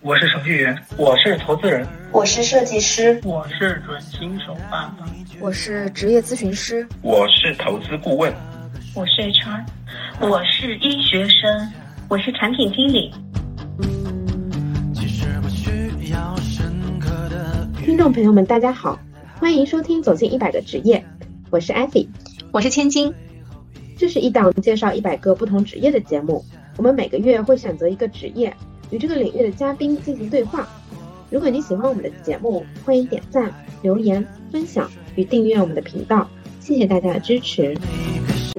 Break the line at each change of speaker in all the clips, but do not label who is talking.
我是程序员，我是投资人，
我是设计师，
我是准新手爸爸，
我是职业咨询师，
我是投资顾问，
我是 HR，我是医学生，
我是产品经理。
听众朋友们，大家好，欢迎收听《走进一百个职业》，我是艾菲，
我是千金。
这是一档介绍一百个不同职业的节目，我们每个月会选择一个职业。与这个领域的嘉宾进行对话。如果你喜欢我们的节目，欢迎点赞、留言、分享与订阅我们的频道。谢谢大家的支持。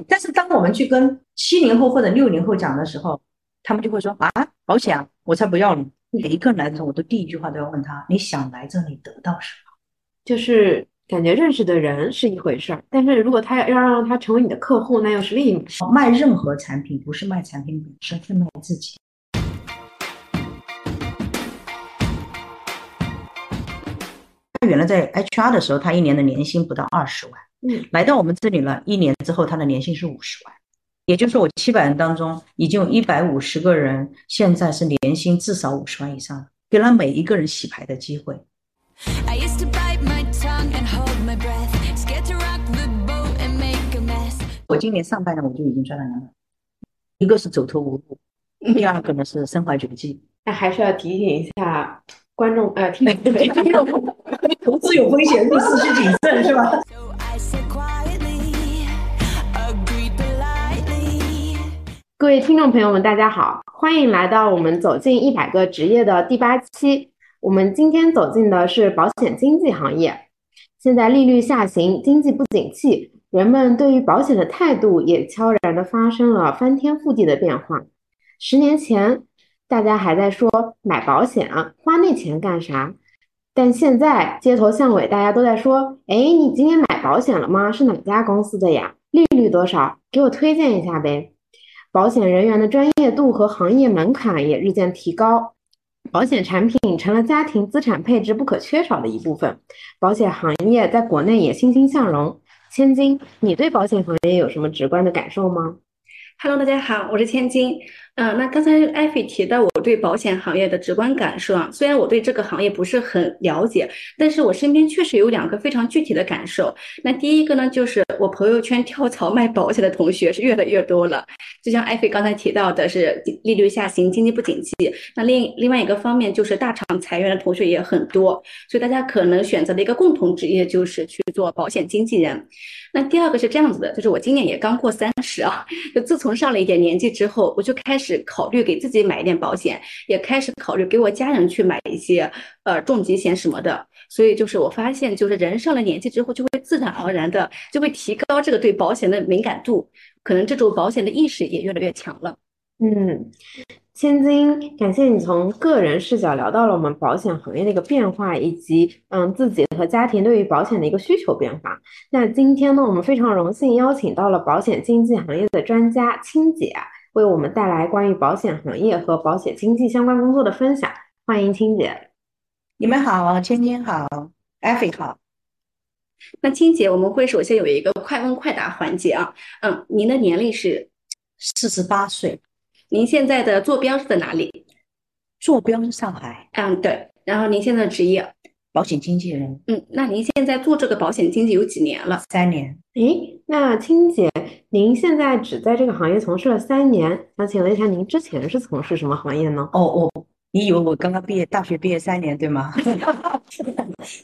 但是当我们去跟七零后或者六零后讲的时候，他们就会说啊，保险、啊、我才不要呢！每一个人来的时候，我都第一句话都要问他，你想来这里得到什么？
就是感觉认识的人是一回事儿，但是如果他要让他成为你的客户，那又是另一回事。
卖任何产品不是卖产品本身，是卖自己。原来在 HR 的时候，他一年的年薪不到二十万，嗯，来到我们这里了，一年之后他的年薪是五十万，也就是说我七百人当中已经有一百五十个人现在是年薪至少五十万以上，给了每一个人洗牌的机会。我今年上半年我就已经赚了两百，一个是走投无路，第二个呢是身怀绝技。
那还是要提醒一下。观众呃，听众，
投资有风险，入市需谨慎，是吧？
各位听众朋友们，大家好，欢迎来到我们走进一百个职业的第八期。我们今天走进的是保险经纪行业。现在利率下行，经济不景气，人们对于保险的态度也悄然的发生了翻天覆地的变化。十年前。大家还在说买保险啊，花那钱干啥？但现在街头巷尾大家都在说，哎，你今天买保险了吗？是哪家公司的呀？利率多少？给我推荐一下呗。保险人员的专业度和行业门槛也日渐提高，保险产品成了家庭资产配置不可缺少的一部分。保险行业在国内也欣欣向荣。千金，你对保险行业有什么直观的感受吗？
Hello，大家好，我是千金。嗯、呃，那刚才艾菲提到我对保险行业的直观感受啊，虽然我对这个行业不是很了解，但是我身边确实有两个非常具体的感受。那第一个呢，就是我朋友圈跳槽卖保险的同学是越来越多了。就像艾菲刚才提到的是利率下行，经济不景气。那另另外一个方面就是大厂裁员的同学也很多，所以大家可能选择的一个共同职业就是去做保险经纪人。那第二个是这样子的，就是我今年也刚过三十啊，就自从上了一点年纪之后，我就开始考虑给自己买一点保险，也开始考虑给我家人去买一些呃重疾险什么的。所以就是我发现，就是人上了年纪之后，就会自然而然的就会提高这个对保险的敏感度，可能这种保险的意识也越来越强了。
嗯，千金，感谢你从个人视角聊到了我们保险行业的一个变化，以及嗯自己和家庭对于保险的一个需求变化。那今天呢，我们非常荣幸邀请到了保险经纪行业的专家青姐，为我们带来关于保险行业和保险经纪相关工作的分享。欢迎青姐！
你们好，千金好，艾菲好。
那青姐，我们会首先有一个快问快答环节啊。嗯，您的年龄是
四十八岁。
您现在的坐标是在哪里？
坐标是上海。
嗯，对。然后您现在的职业，
保险经纪人。
嗯，那您现在做这个保险经纪有几年了？
三年。
诶，那青姐，您现在只在这个行业从事了三年，想请问一下，您之前是从事什么行业呢？
哦哦，你以为我刚刚毕业，大学毕业三年对吗？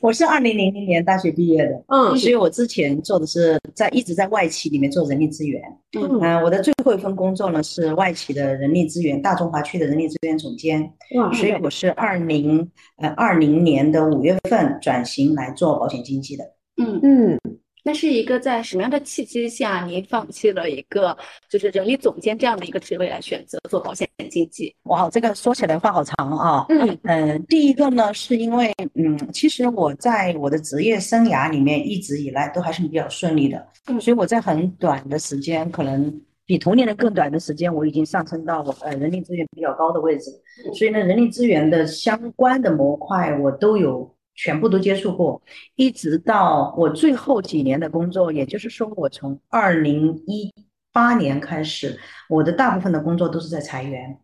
我是二零零零年大学毕业的，
嗯，
所以我之前做的是在一直在外企里面做人力资源，
嗯、
呃，我的最后一份工作呢是外企的人力资源，大中华区的人力资源总监，
哇，
所以我是二零呃二零年的五月份转型来做保险经纪的，
嗯
嗯，
那是一个在什么样的契机下，您放弃了一个就是人力总监这样的一个职位来选择做保险经纪？
哇，这个说起来话好长啊，
嗯
嗯、呃，第一个呢是因为嗯，其实我在我的职业生涯里面一直以来都还是比较顺利的，
嗯
所以我在很短的时间，可能比同年的更短的时间，我已经上升到我呃人力资源比较高的位置，所以呢，人力资源的相关的模块我都有全部都接触过，一直到我最后几年的工作，也就是说我从二零一八年开始，我的大部分的工作都是在裁员。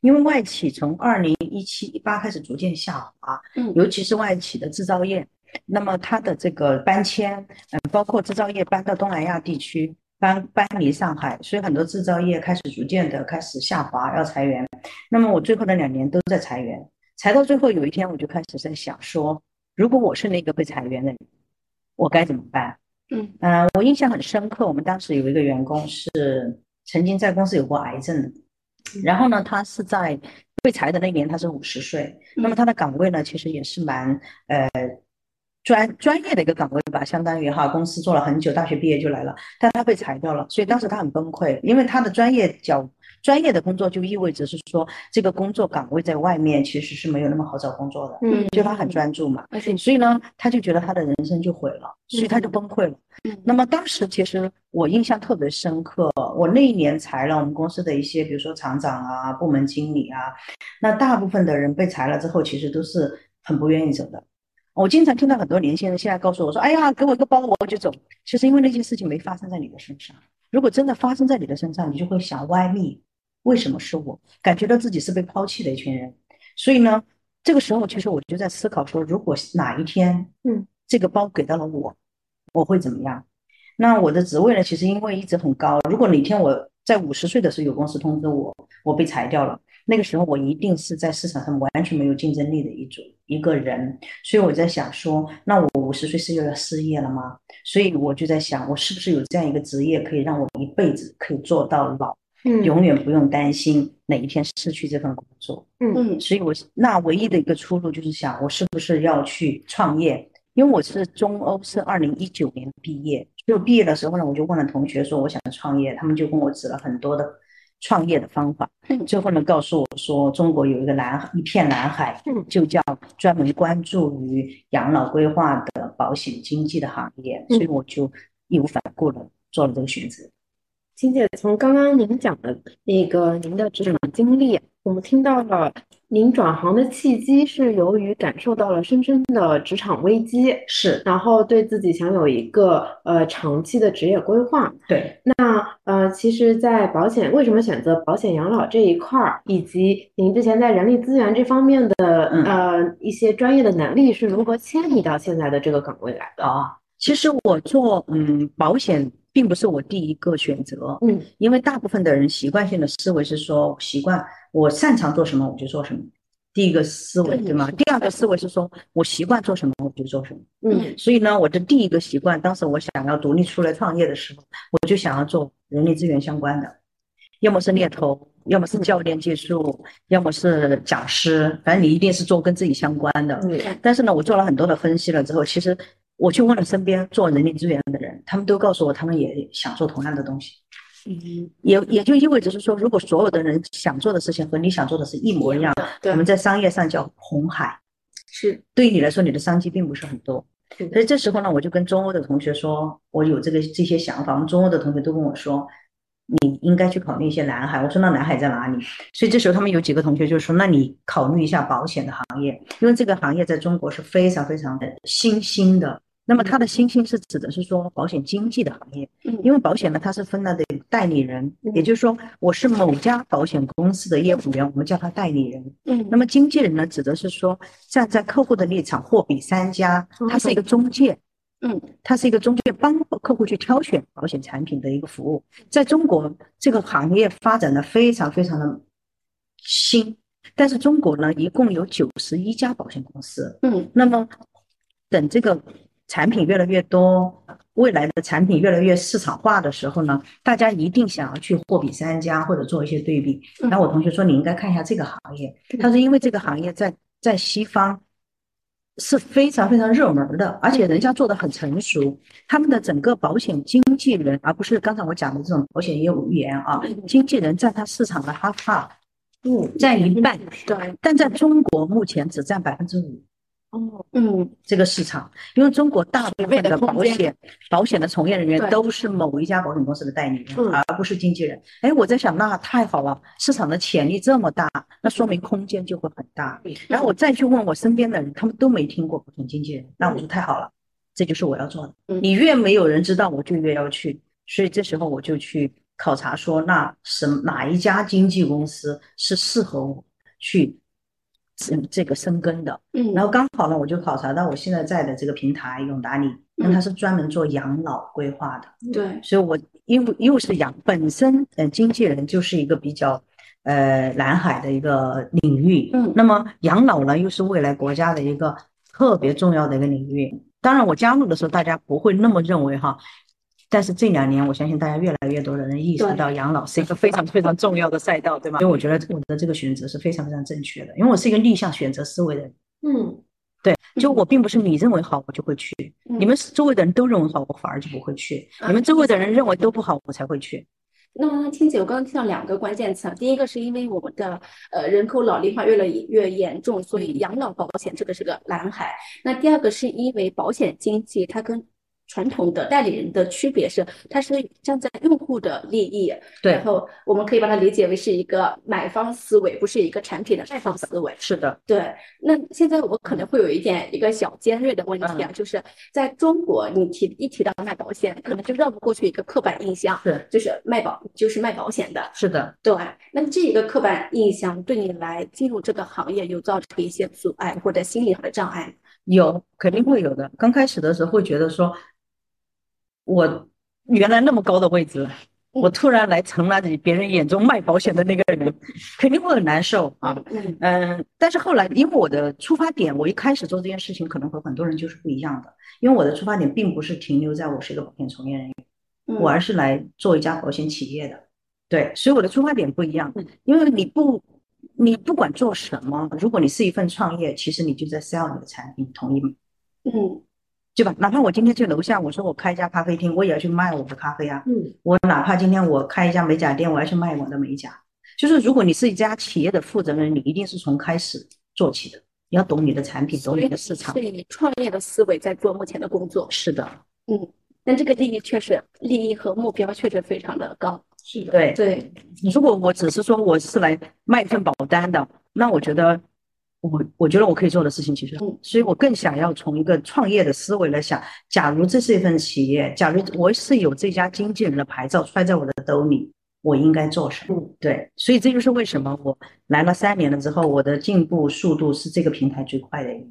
因为外企从二零一七一八开始逐渐下滑，
嗯
尤其是外企的制造业，那么它的这个搬迁，嗯，包括制造业搬到东南亚地区，搬搬离上海，所以很多制造业开始逐渐的开始下滑，要裁员。那么我最后的两年都在裁员，裁到最后有一天我就开始在想说，如果我是那个被裁员的人，我该怎么办？
嗯
呃，我印象很深刻，我们当时有一个员工是曾经在公司有过癌症的，然后呢，他是在被裁的那年他是五十岁，那么他的岗位呢，其实也是蛮呃专专业的一个岗位吧，相当于哈公司做了很久，大学毕业就来了，但他被裁掉了，所以当时他很崩溃，因为他的专业角专业的工作就意味着是说这个工作岗位在外面其实是没有那么好找工作的，
嗯
就他很专注嘛，
而且
所以呢，他就觉得他的人生就毁了，所以他就崩溃了。
嗯
那么当时其实我印象特别深刻，我那一年裁了我们公司的一些，比如说厂长啊、部门经理啊，那大部分的人被裁了之后，其实都是很不愿意走的。我经常听到很多年轻人现在告诉我说：“哎呀，给我一个包我就走。”其实因为那件事情没发生在你的身上，如果真的发生在你的身上，你就会想 “Why me？” 为什么是我？感觉到自己是被抛弃的一群人。所以呢，这个时候其实我就在思考说，如果哪一天，
嗯，
这个包给到了我，我会怎么样？那我的职位呢，其实因为一直很高，如果哪天我在五十岁的时候有公司通知我我被裁掉了，那个时候我一定是在市场上完全没有竞争力的一种一个人，所以我在想说，那我五十岁是又要失业了吗？所以我就在想，我是不是有这样一个职业可以让我一辈子可以做到老，
嗯
永远不用担心哪一天失去这份工作？
嗯
所以我是那唯一的一个出路就是想，我是不是要去创业？因为我是中欧是二零一九年毕业，就毕业的时候呢，我就问了同学说我想创业，他们就跟我指了很多的创业的方法
嗯。
最后呢，告诉我说中国有一个蓝一片蓝海
嗯，
就叫专门关注于养老规划的保险经纪的行业，所以我就义无反顾的做了这个选择。
金姐，从刚刚您讲的那个您的职场经历，我们听到了您转行的契机是由于感受到了深深的职场危机，
是
然后对自己想有一个呃长期的职业规划。
对，
那呃，其实，在保险为什么选择保险养老这一块儿，以及您之前在人力资源这方面的
嗯
呃一些专业的能力是如何迁移到现在的这个岗位来的？
啊，其实我做嗯保险并不是我第一个选择，
嗯
因为大部分的人习惯性的思维是说，我习惯我擅长做什么我就做什么，第一个思维
对
对吗？
是
第二个思维是说我习惯做什么我就做什么。
嗯
所以呢，我的第一个习惯，当时我想要独立出来创业的时候，我就想要做人力资源相关的，要么是猎头，要么是教练技术，要么是讲师，反正你一定是做跟自己相关的。
嗯
但是呢，我做了很多的分析了之后，其实我去问了身边做人力资源的人，他们都告诉我，他们也想做同样的东西。嗯，也也就意味着是说，如果所有的人想做的事情和你想做的是一模一样，
对
我们在商业上叫红海。
是
对于你来说，你的商机并不是很多。
嗯
所以这时候呢，我就跟中欧的同学说，我有这个这些想法。我们中欧的同学都跟我说，你应该去考虑一些蓝海。我说那蓝海在哪里？所以这时候他们有几个同学就说，那你考虑一下保险的行业，因为这个行业在中国是非常非常的新兴的。那么它的新兴是指的是说保险经纪的行业，
嗯
因为保险呢它是分了的代理人，也就是说我是某家保险公司的业务员，我们叫他代理人。
嗯
那么经纪人呢，指的是说站在客户的立场，货比三家，它是一个中介，
嗯，
它是一个中介帮客户去挑选保险产品的一个服务。在中国这个行业发展的非常非常的新，但是中国呢，一共有九十一家保险公司。
嗯
那么等这个产品越来越多，未来的产品越来越市场化的时候呢，大家一定想要去货比三家或者做一些对比。
嗯
然后我同学说，你应该看一下这个行业，他说因为这个行业在在西方。是非常非常热门的，而且人家做的很成熟，他们的整个保险经纪人，而不是刚才我讲的这种保险业务员啊，经纪人占他市场的 half half，
嗯，
占一半，
对，
但在中国目前只占百分之五。
哦，
嗯
这个市场，因为中国大部分的保险保险的从业人员
对
都是某一家保险公司的代理人，
嗯
而不是经纪人。哎，我在想，那太好了，市场的潜力这么大，那说明空间就会很大。
嗯
然后我再去问我身边的人，他们都没听过保险经纪人，那我说太好了，这就是我要做的。
嗯
你越没有人知道，我就越要去。所以这时候我就去考察说，那什哪一家经纪公司是适合我去嗯这个深耕的？
嗯，
然后刚好呢，我就考察到我现在在的这个平台永达里，那它是专门做养老规划的，
对，
所以我因为又是养本身，呃，经纪人就是一个比较呃蓝海的一个领域，
嗯
那么养老呢又是未来国家的一个特别重要的一个领域。当然，我加入的时候大家不会那么认为哈，但是这两年我相信大家越来越多的人意识
对
到养老是一个非常非常重要的赛道，对吗？所以我觉得我的这个选择是非常非常正确的，因为我是一个逆向选择思维的人。
嗯，
对，就我并不是你认为好我就会去，你们周围的人都认为好，我反而就不会去；
嗯啊
你们周围的人认为都不好，我才会去。
那么听姐，我刚刚听到两个关键词啊，第一个是因为我们的呃人口老龄化越来越严重，所以养老保险这个是个蓝海。那第二个是因为保险经济它跟传统的代理人的区别是，它是站在用户的利益，
对
然，后我们可以把它理解为是一个买方思维，不是一个产品的卖方思维。
是的，
对，那现在我可能会有一点一个小尖锐的问题
嗯
啊，就是在中国，你提一提到卖保险，可能就绕不过去一个刻板印象，
是
就是卖保就是卖保险的。
是的。
对，那这一个刻板印象对你来进入这个行业有造成一些阻碍或者心理上的障碍吗？
有，肯定会有的。刚开始的时候会觉得说，我原来那么高的位置，
嗯
我突然来成了你别人眼中卖保险的那个人，肯定会很难受啊。
嗯
嗯，但是后来因为我的出发点，我一开始做这件事情可能和很多人就是不一样的，因为我的出发点并不是停留在我是一个保险从业人员，
嗯
我而是来做一家保险企业的。对，所以我的出发点不一样，
嗯
因为你不，你不管做什么，如果你是一份创业，其实你就在 sell 你的产品，同意吗？
嗯
对吧？哪怕我今天去楼下，我说我开一家咖啡厅，我也要去卖我的咖啡啊。
嗯，
我哪怕今天我开一家美甲店，我要去卖我的美甲。就是如果你是一家企业的负责人，你一定是从开始做起的，你要懂你的产品，懂
所
你
以
的市场
是。以创业的思维在做目前的工作，
是的，
但这个利益确实，利益和目标确实非常的高。
是的，对。
对，
如果我只是说我是来卖一份保单的，那我觉得我我觉得我可以做的事情其实很
嗯，
所以我更想要从一个创业的思维来想，假如这是一份企业，假如我是有这家经纪人的牌照揣在我的兜里，我应该做什么？对，所以这就是为什么我来了三年了之后，我的进步速度是这个平台最快的一个。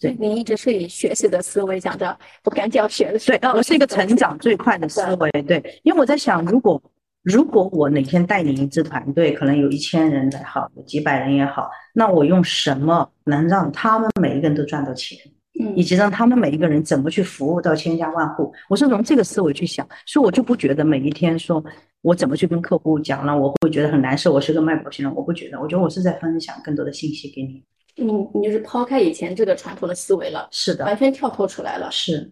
对
您一直是以学习的思维想着，我赶紧要学的
对
学，到
呃我是一个成长最快的思维。对，因为我在想，如果如果我哪天带领一支团队，可能有一千人也好，有几百人也好，那我用什么能让他们每一个人都赚到钱，
嗯
以及让他们每一个人怎么去服务到千家万户？我是从这个思维去想，所以我就不觉得每一天说我怎么去跟客户讲了，我会觉得很难受。我是个卖保险的，我不觉得，我觉得我是在分享更多的信息给你。
嗯，你就是抛开以前这个传统的思维了，
是的，
完全跳脱出来了。
是。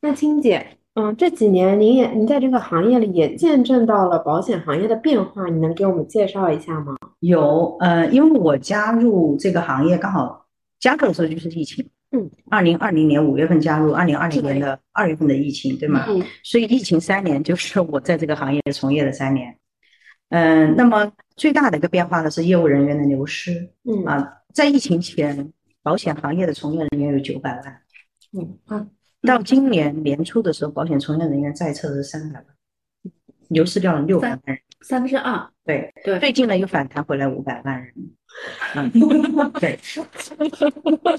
那青姐，嗯，这几年您也您在这个行业里也见证到了保险行业的变化，你能给我们介绍一下吗？
有，呃，因为我加入这个行业刚好加入的时候就是疫情，
嗯，
二零二零年五月份加入，二零二零年
对
的二月份的疫情，对吗？
嗯
所以疫情三年就是我在这个行业从业的三年。嗯、那么最大的一个变化呢是业务人员的流失
嗯
啊，在疫情前，保险行业的从业人员有九百万，
嗯
啊
到今年年初的时候，保险从业人员在册是三百万，流失掉了六百万人。
三分之二，
对
对
最近呢又反弹回来五百万人，嗯，对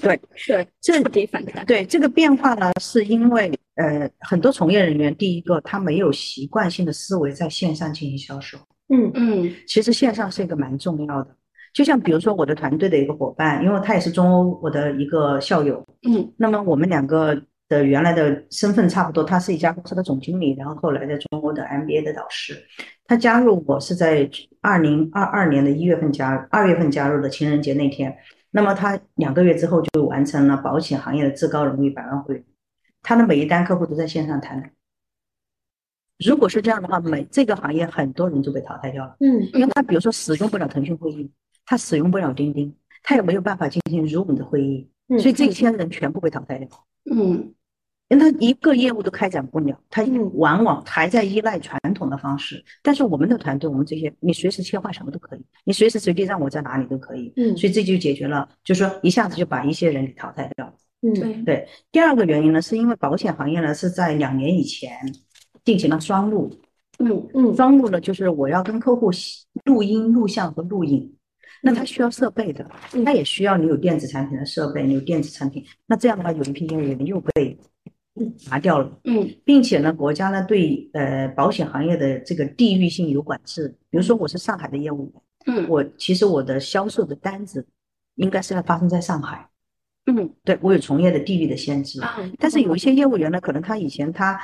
对
对，
这
彻底反弹。
对，这个变化呢，是因为呃很多从业人员，第一个他没有习惯性的思维在线上进行销售，
嗯
嗯
其实线上是一个蛮重要的。就像比如说我的团队的一个伙伴，因为他也是中欧我的一个校友，
嗯
那么我们两个的原来的身份差不多，他是一家公司的总经理，然后后来在中国的 MBA 的导师。他加入我是在二零二二年的一月份加二月份加入的情人节那天，那么他两个月之后就完成了保险行业的至高荣誉百万会员，他的每一单客户都在线上谈。如果是这样的话，每这个行业很多人就被淘汰掉了，
嗯
因为他比如说使用不了腾讯会议，他使用不了钉钉，他也没有办法进行 Zoom 的会议，
嗯
所以这些人全部被淘汰掉。
嗯
因为他一个业务都开展不了，他
嗯
往往还在依赖传统的方式。但是我们的团队，我们这些，你随时切换什么都可以，你随时随地让我在哪里都可以。
嗯
所以这就解决了，就说一下子就把一些人给淘汰掉了。
嗯
对，
对，第二个原因呢，是因为保险行业呢是在两年以前进行了双录，
嗯
嗯
装入了就是我要跟客户录音、录像和录影，那它需要设备的，它也需要你有电子产品的设备，你有电子产品，那这样的话，有一批业务员又被拿掉了。
嗯
并且呢，国家呢对呃保险行业的这个地域性有管制。比如说，我是上海的业务员，
嗯
我其实我的销售的单子应该是要发生在上海，
嗯
对我有从业的地域的限制。
啊，
但是有一些业务员呢，可能他以前他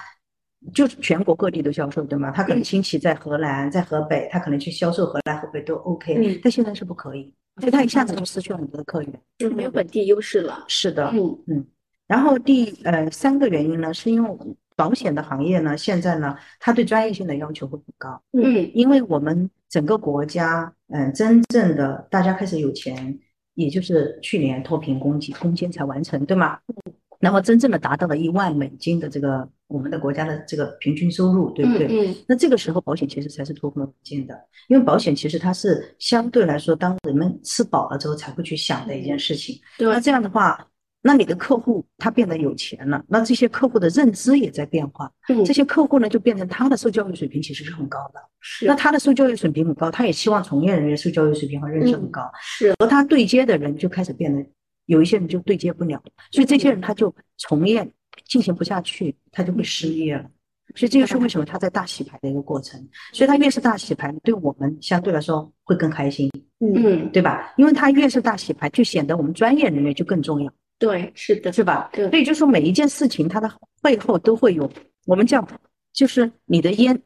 就是全国各地都销售，对吗？他可能亲戚在河南、在河北，他可能去销售河南、河北都 OK，
嗯
但现在是不可以，所以他一下子就失去了很多客源。
就没有本地优势了。
是的，
嗯
然后第呃三个原因呢，是因为我们保险的行业呢，现在呢，它对专业性的要求会很高，
嗯
因为我们整个国家，嗯、真正的大家开始有钱，也就是去年脱贫攻坚攻坚才完成，对吗？那么真正的达到了一万美金的这个我们的国家的这个平均收入，对不对？
嗯嗯
那这个时候保险其实才是突飞猛进的，因为保险其实它是相对来说，当人们吃饱了之后才会去想的一件事情。
对
那这样的话，那你的客户他变得有钱了，那这些客户的认知也在变化，
嗯
这些客户呢就变成他的受教育水平其实是很高的。
是
那他的受教育水平很高，他也希望从业人员受教育水平和认知很高，
嗯是
和他对接的人就开始变得有一些人就对接不了，所以这些人他就从业进行不下去，他就会失业了。所以这就是为什么他在大洗牌的一个过程，所以他越是大洗牌，对我们相对来说会更开心，
嗯
对吧？因为他越是大洗牌，就显得我们专业人员就更重要，
对是的
是吧？
对
所以就说每一件事情，它的背后都会有我们叫，就是你的焉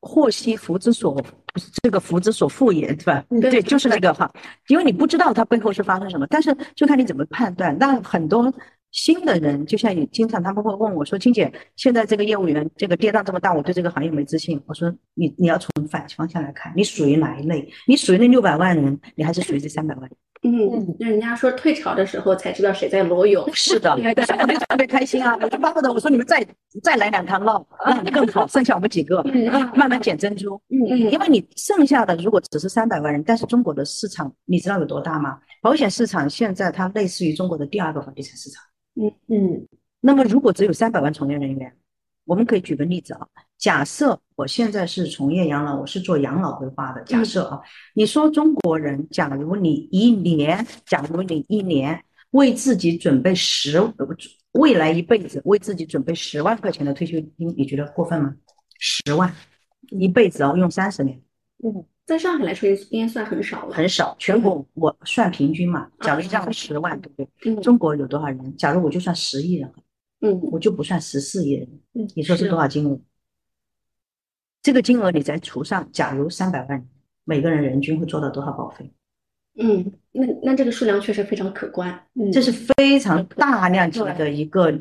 祸兮福之所，这个福之所负也，对吧？
嗯对
对，就是这个哈，因为你不知道它背后是发生什么，但是就看你怎么判断。那很多新的人，就像也经常他们会问我说：“金姐，现在这个业务员这个跌宕这么大，我对这个行业没自信。”我说：“你你要从反方向来看，你属于哪一类？你属于那六百万人，你还是属于这三百万人？
嗯，那人家说退潮的时候才知道谁在裸泳。
是的，所以我就特别开心啊！我就巴不得我说你们再再来两趟浪，那更好，剩下我们几个。”
嗯
慢慢捡珍珠，
嗯
因为你剩下的如果只是三百万人，但是中国的市场你知道有多大吗？保险市场现在它类似于中国的第二个房地产市场。
嗯
那么如果只有三百万从业人员，我们可以举个例子啊，假设我现在是从业养老，我是做养老规划的。假设啊，你说中国人，假如你一年，假如你一年为自己准备十，呃未来一辈子为自己准备十万块钱的退休金，你觉得过分吗？十万，一辈子哦，用三十年。
在上海来说应该算很少了。
很少，全国我算平均嘛，假如这样
嗯
十万，对不对？
嗯
中国有多少人？假如我就算十亿人，
嗯
我就不算十四亿人，
嗯
你说是
是
多少金额？这个金额你再除上，假如三百万人，每个人人均会做到多少保费？
嗯，那那这个数量确实非常可观。
嗯，
这是非常大量级
对
的一个，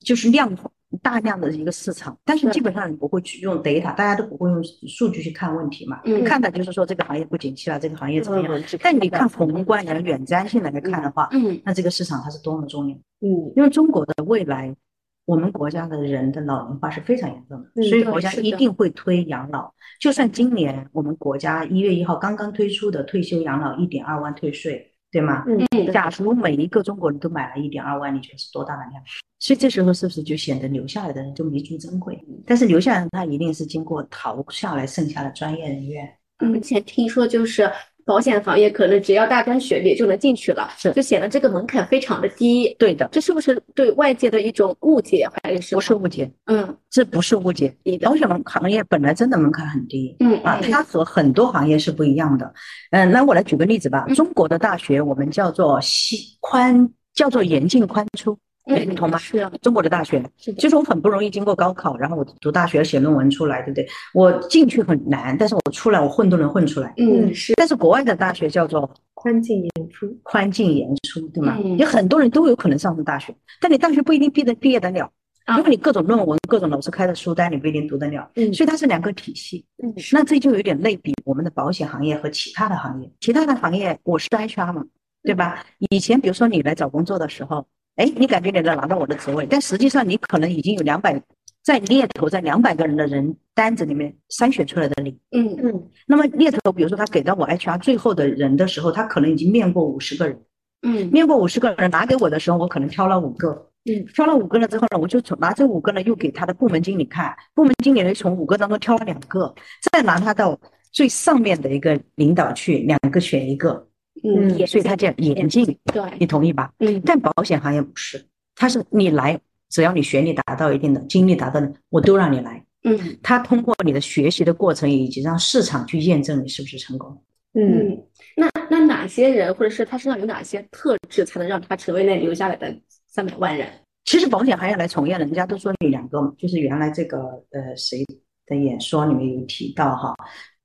就是量化大量的一个市场，但是
对
基本上人不会去用 data，大家都不会用数据去看问题嘛，
嗯
看的就是说这个行业不景气了，这个行业怎么样？
嗯
但你看宏观的远瞻性来看的话，
嗯
那这个市场它是多么重要。
嗯
因为中国的未来，我们国家的人的老龄化是非常严重的，
嗯
所以
对
国家
是
一
的
定会推养老。就算今年我们国家一月一号刚刚推出的退休养老一点二万退税，对吗？
嗯
嗯
假如每一个中国人都买了一点二万，你觉得是多大的量？所以这时候是不是就显得留下来的人就弥足珍贵？
嗯
但是留下来的他一定是经过淘下来剩下的专业人员，
嗯，之前听说就是保险行业可能只要大专学历就能进去了，
是
就显得这个门槛非常的低。
对的，
这是不是对外界的一种误解，还是什
不
么？
是误解，
嗯
这不是误解。保险行业本来真的门槛很低，
嗯
啊，它和很多行业是不一样的。嗯，那我来举个例子吧。
嗯
中国的大学我们叫做西宽，叫做严进宽出，
嗯
认同吗？
是啊，
中国的大学
是的
就是我很不容易经过高考，然后我读大学写论文出来，对不对？我进去很难，但是我出来我混都能混出来。
嗯是
但是国外的大学叫做
宽进严出，
宽进严出，对吗？
嗯
有很多人都有可能上大学，但你大学不一定毕得毕业得了，
啊
因为你各种论文、各种老师开的书单，你不一定读得了。
嗯
所以它是两个体系。
嗯
那这就有点类比我们的保险行业和其他的行业。其他的行业，我是 HR 嘛，对吧？以前比如说你来找工作的时候，哎，你感觉你能拿到我的职位，但实际上你可能已经有两百在猎头在两百个人的人单子里面筛选出来的你。
嗯
嗯
那么猎头，比如说他给到我 HR 最后的人的时候，他可能已经面过五十个人。
嗯
面过五十个人，拿给我的时候，我可能挑了五个，嗯，挑了五个人之后呢，我就拿这五个呢又给他的部门经理看，部门经理呢从五个当中挑了两个，再拿他到最上面的一个领导去，两个选一个。
嗯，
所以他叫严禁，
对，
你同意吧？
嗯，
但保险行业不是，他是你来，只要你学历达到一定的，经历达到的，我都让你来。
嗯
他通过你的学习的过程，以及让市场去验证你是不是成功。
嗯，
嗯，那那哪些人或者是他身上有哪些特质，才能让他成为那留下来的三百万人？
其实保险行业来从业的，人家都说你两个嘛，就是原来这个呃谁的演说里面有提到哈，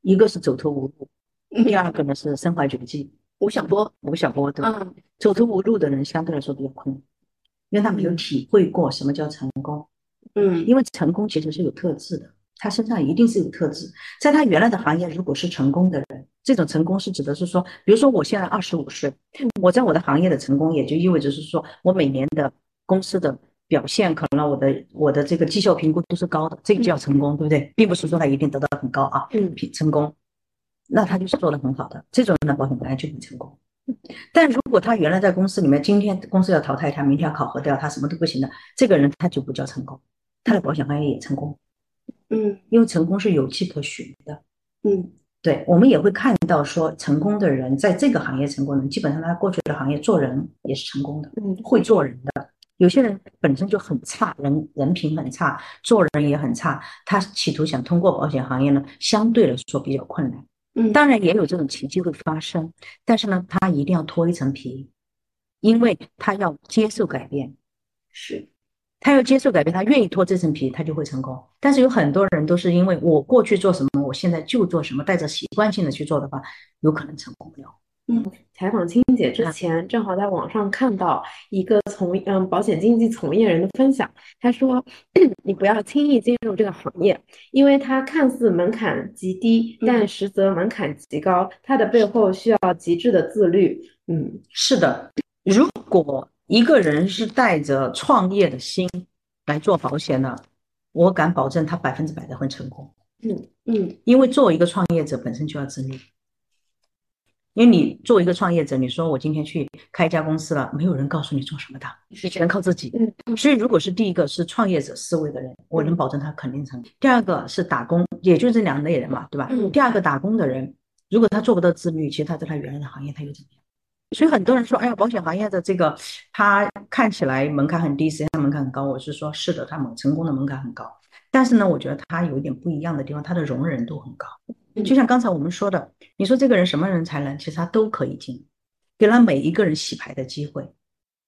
一个是走投无路，第二个呢是身怀绝技。
吴晓波，
吴晓波对吧，
嗯
走投无路的人相对来说比较困难，因为他没有体会过什么叫成功。
嗯
因为成功其实是有特质的，他身上一定是有特质。在他原来的行业，如果是成功的人，这种成功是指的是说，比如说我现在二十五岁，我在我的行业的成功，也就意味着是说我每年的公司的表现，可能我的我的这个绩效评估都是高的，这个叫成功，对不对？并不是说他一定得到很高啊，
嗯
品成功，那他就是做的很好的，这种人的保险本来就很成功。但如果他原来在公司里面，今天公司要淘汰他，明天要考核掉他，什么都不行的，这个人他就不叫成功。他的保险行业也成功，
嗯
因为成功是有迹可循的。
嗯
对我们也会看到说，成功的人在这个行业成功的人，基本上他过去的行业做人也是成功的，
嗯，
会做人的。有些人本身就很差，人人品很差，做人也很差，他企图想通过保险行业呢，相对来说比较困难。
嗯，
当然也有这种奇迹会发生，但是呢，他一定要脱一层皮，因为他要接受改变。
是，
他要接受改变，他愿意脱这层皮，他就会成功。但是有很多人都是因为我过去做什么，我现在就做什么，带着习惯性的去做的话，有可能成功不了。
采访青姐之前，正好在网上看到一个从嗯保险经纪从业人的分享，他说 你不要轻易进入这个行业，因为它看似门槛极低，
嗯
但实则门槛极高，它的背后需要极致的自律。嗯
是的，如果一个人是带着创业的心来做保险呢，我敢保证他百分之百的会成功，
嗯
因为作为一个创业者本身就要自律。因为你作为一个创业者，你说我今天去开一家公司了，没有人告诉你做什么的，你只能靠自己。
嗯
所以，如果是第一个是创业者思维的人，我能保证他肯定成功；第二个是打工，也就这两类人嘛，对吧？
嗯
第二个打工的人，如果他做不到自律，其实他在他原来的行业他又怎么样？所以很多人说，哎呀，保险行业的这个他看起来门槛很低，实际上门槛很高。我是说，是的，他门成功的门槛很高，但是呢，我觉得他有一点不一样的地方，他的容忍度很高。就像刚才我们说的，你说这个人什么人才能，其实他都可以进，给了每一个人洗牌的机会。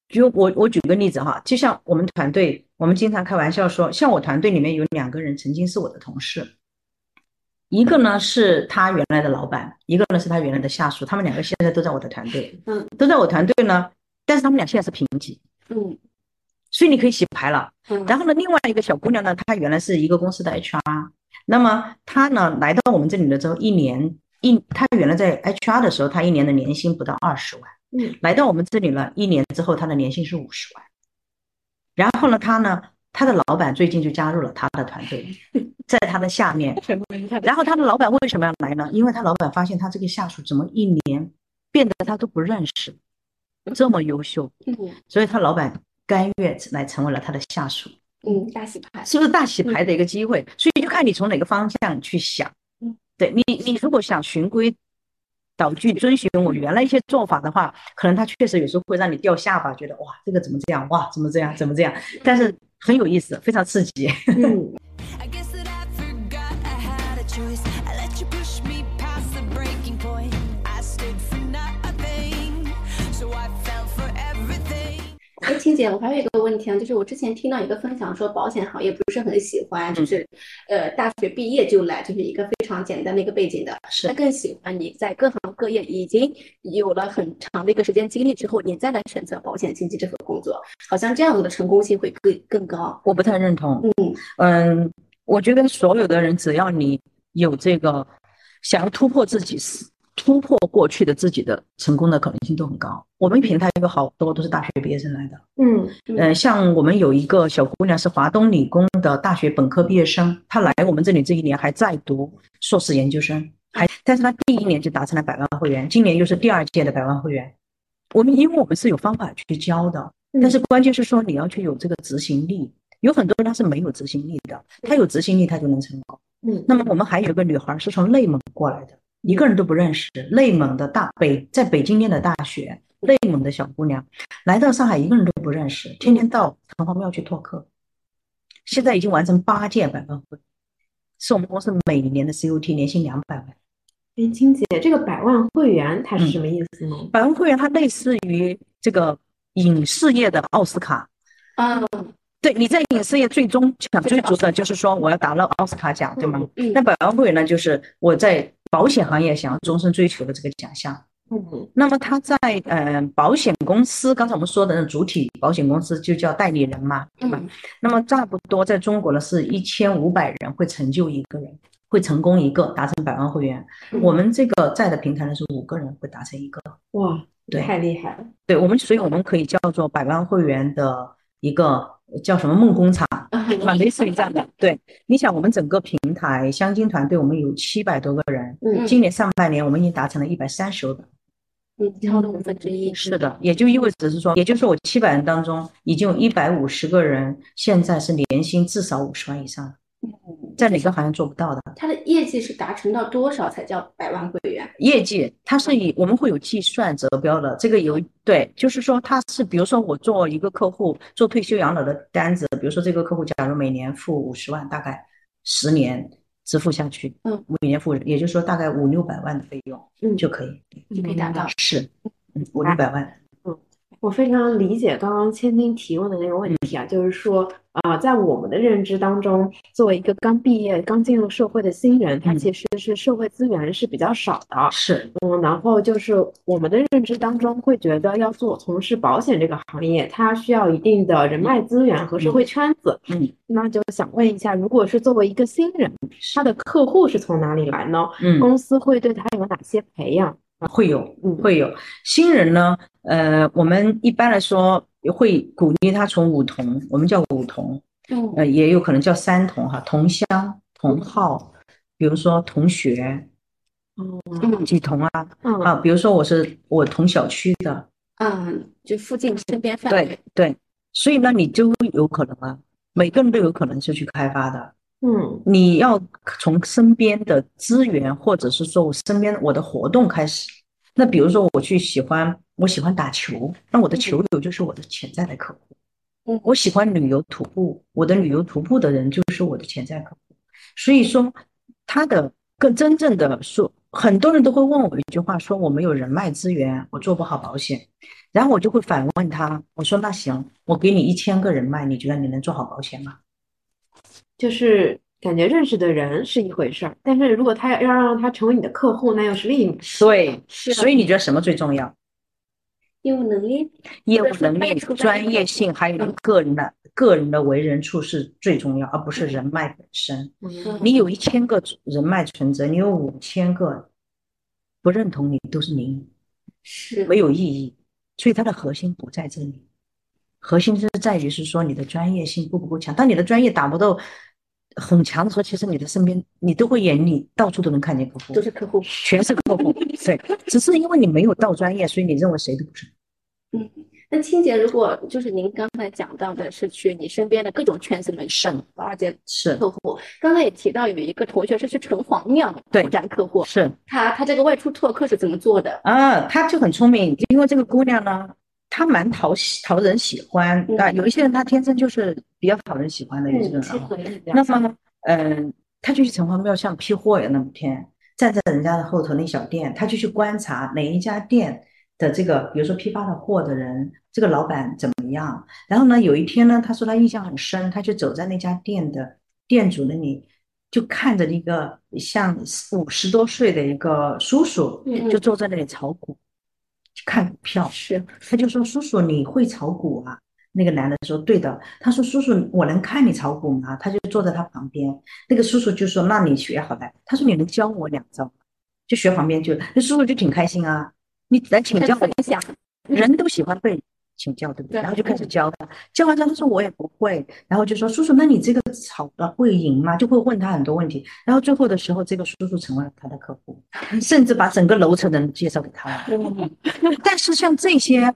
比如我我举个例子哈，就像我们团队，我们经常开玩笑说，像我团队里面有两个人曾经是我的同事，一个呢是他原来的老板，一个呢是他原来的下属，他们两个现在都在我的团队，
嗯，
都在我团队呢，但是他们俩现在是平级，
嗯
所以你可以洗牌了。
嗯，
然后呢，另外一个小姑娘呢，她原来是一个公司的 HR，那么她呢来到我们这里了之后，一年一，她原来在 HR 的时候，她一年的年薪不到二十万，
嗯，
来到我们这里了，一年之后，她的年薪是五十万。然后呢，她呢，她的老板最近就加入了她的团队，在她的下面。然后她的老板为什么要来呢？因为她老板发现她这个下属怎么一年变得她都不认识，这么优秀，
嗯
所以她老板甘愿来成为了她的下属。
嗯，大洗牌，
是不是大洗牌的一个机会？所以就看你从哪个方向去想。
嗯，
对你，你如果想循规蹈矩遵循我原来一些做法的话，可能它确实有时候会让你掉下巴，觉得哇，这个怎么这样？哇，怎么这样？怎么这样？但是很有意思，非常刺激。
嗯。
I guess that I forgot I had a choice. I let you push me past the breaking point. I stood for nothing, so I fell for everything.
哎，青姐，我还有一个问题啊，就是我之前听到一个分享说，保险行业不是很喜欢，
嗯
就是呃大学毕业就来，就是一个非常简单的一个背景的，
是
他更喜欢你在各行各业已经有了很长的一个时间经历之后，你再来选择保险经纪这份工作，好像这样子的成功性会更更高。
我不太认同。
嗯
嗯，我觉得所有的人，只要你有这个想要突破自己、突破过去的自己的成功的可能性都很高。我们平台有好多都是大学毕业生来的。
嗯
呃，像我们有一个小姑娘是华东理工的大学本科毕业生，她来我们这里这一年还在读硕士研究生，还但是她第一年就达成了百万会员，今年又是第二届的百万会员。我们因为我们是有方法去教的，但是关键是说你要去有这个执行力。有很多人他是没有执行力的，他有执行力他就能成功。
嗯，
那么我们还有一个女孩是从内蒙过来的，一个人都不认识，内蒙的大北，在北京念的大学，内蒙的小姑娘来到上海，一个人都不认识，天天到城隍庙去拓客，现在已经完成八届百万婚，是我们公司每年的 COT 年薪两百万。
哎，金姐，这个百万会员它是什么意思呢？
百万会啊员它类似于这个影视业的奥斯卡，嗯
啊，
对，你在影视业最终想追逐的就是说我要达到奥斯卡奖，对吗？
嗯
那百万会员呢，就是我在保险行业想要终身追求的这个奖项。
嗯
那么他在呃保险公司，刚才我们说的那主体保险公司就叫代理人嘛，对吧？
嗯
那么差不多在中国呢是一千五百人会成就一个人，会成功一个达成百万会员。
嗯
我们这个在的平台呢是五个人会达成一个，
哇，
对
太厉害了！
对我们，所以我们可以叫做百万会员的一个叫什么梦工厂。
嗯
蛮类似于这样的。对，你想我们整个平台香精团队，我们有七百多个人，
嗯
今年上半年我们已经达成了一百三十个。
嗯，超的五分之一，
是的，也就意味着是说，也就是说我七百人当中，已经有一百五十个人现在是年薪至少五十万以上，在哪个行业做不到的？
他的业绩是达成到多少才叫百万会员？
业绩它是以我们会有计算指标的，这个有对，就是说它是比如说我做一个客户做退休养老的单子，比如说这个客户假如每年付五十万，大概十年支付下去，
嗯，
每年付，也就是说大概五六百万的费用，
嗯
就可以，
就可以达到。
是，嗯，五六百万，
我非常理解刚刚千金提问的那个问题啊，就是说啊、在我们的认知当中，作为一个刚毕业、刚进入社会的新人，他
嗯
其实是社会资源是比较少的。
是，
嗯，然后就是我们的认知当中会觉得要做从事保险这个行业，它需要一定的人脉资源和社会圈子。
嗯
那就想问一下，如果是作为一个新人，他的客户是从哪里来呢？
嗯，
公司会对他有哪些培养？
会有，
嗯
会有新人呢。呃，我们一般来说会鼓励他从五同，我们叫五同，
嗯
呃，也有可能叫三同哈，同乡、同号，比如说同学、
嗯
几同啊
嗯
啊，比如说我是我同小区的，
嗯，就附近身边范围
对。对，所以呢，你就有可能啊，每个人都有可能是去开发的，
嗯
你要从身边的资源，或者是说我身边我的活动开始。那比如说我去喜欢，我喜欢打球，那我的球友就是我的潜在的客户。
嗯
我喜欢旅游徒步，我的旅游徒步的人就是我的潜在客户。所以说，他的更真正的说，很多人都会问我一句话，说我没有人脉资源，我做不好保险。然后我就会反问他，我说那行，我给你一千个人脉，你觉得你能做好保险吗？
就是感觉认识的人是一回事儿，但是如果他要让他成为你的客户，那又是另一回事。
对，
是的
所以你觉得什么最重要？
业务能力，
业务
对
能
迈
力、
出
专
专
业
业
性，还有
嗯
个人的个人的为人处事最重要，而不是人脉本身。
嗯
你有一千个人脉存折，你有五千个不认同你都是零，
是
没有意义。所以它的核心不在这里，核心是在于是说你的专业性够不够强。当你的专业达不到很强的时候，其实你的身边你都会眼里到处都能看见客户
都，是客户。
全是客户。对，只是因为你没有到专业，所以你认为谁都不是。
那青姐，如果就是您刚才讲到的是去你身边的各种圈子门上，而且
是
客户，刚才也提到有一个同学是去城隍庙
对
拓展客户，
是。
他他这个外出拓客是怎么做的？
啊，她就很聪明，因为这个姑娘呢，她蛮讨喜讨人喜欢
嗯
啊。有一些人她天生就是比较讨人喜欢的，有些人
是
啊。
可以的。
那么，嗯、她就去城隍庙像批货呀，那么天站在人家的后头那小店，她就去观察哪一家店的这个，比如说批发的货的人，这个老板怎么样。然后呢，有一天呢，她说她印象很深，她就走在那家店的店主那里。就看着一个像五十多岁的一个叔叔，
嗯嗯
就坐在那里炒股，看股票。
是
他就说：“叔叔，你会炒股啊？”那个男的说：“对的。”他说：“叔叔，我能看你炒股吗？”他就坐在他旁边。那个叔叔就说：“那你学好了。”他说：“你能教我两招吗？”就学旁边就那叔叔就挺开心啊，你来请教我
分。享，
人都喜欢被请教，对不对？
对
然后就开始教他，教完之后他说我也不会，然后就说叔叔，那你这个炒的会赢吗？就会问他很多问题，然后最后的时候，这个叔叔成为了他的客户，甚至把整个楼
嗯
嗯层的人介绍给他了。但是像这些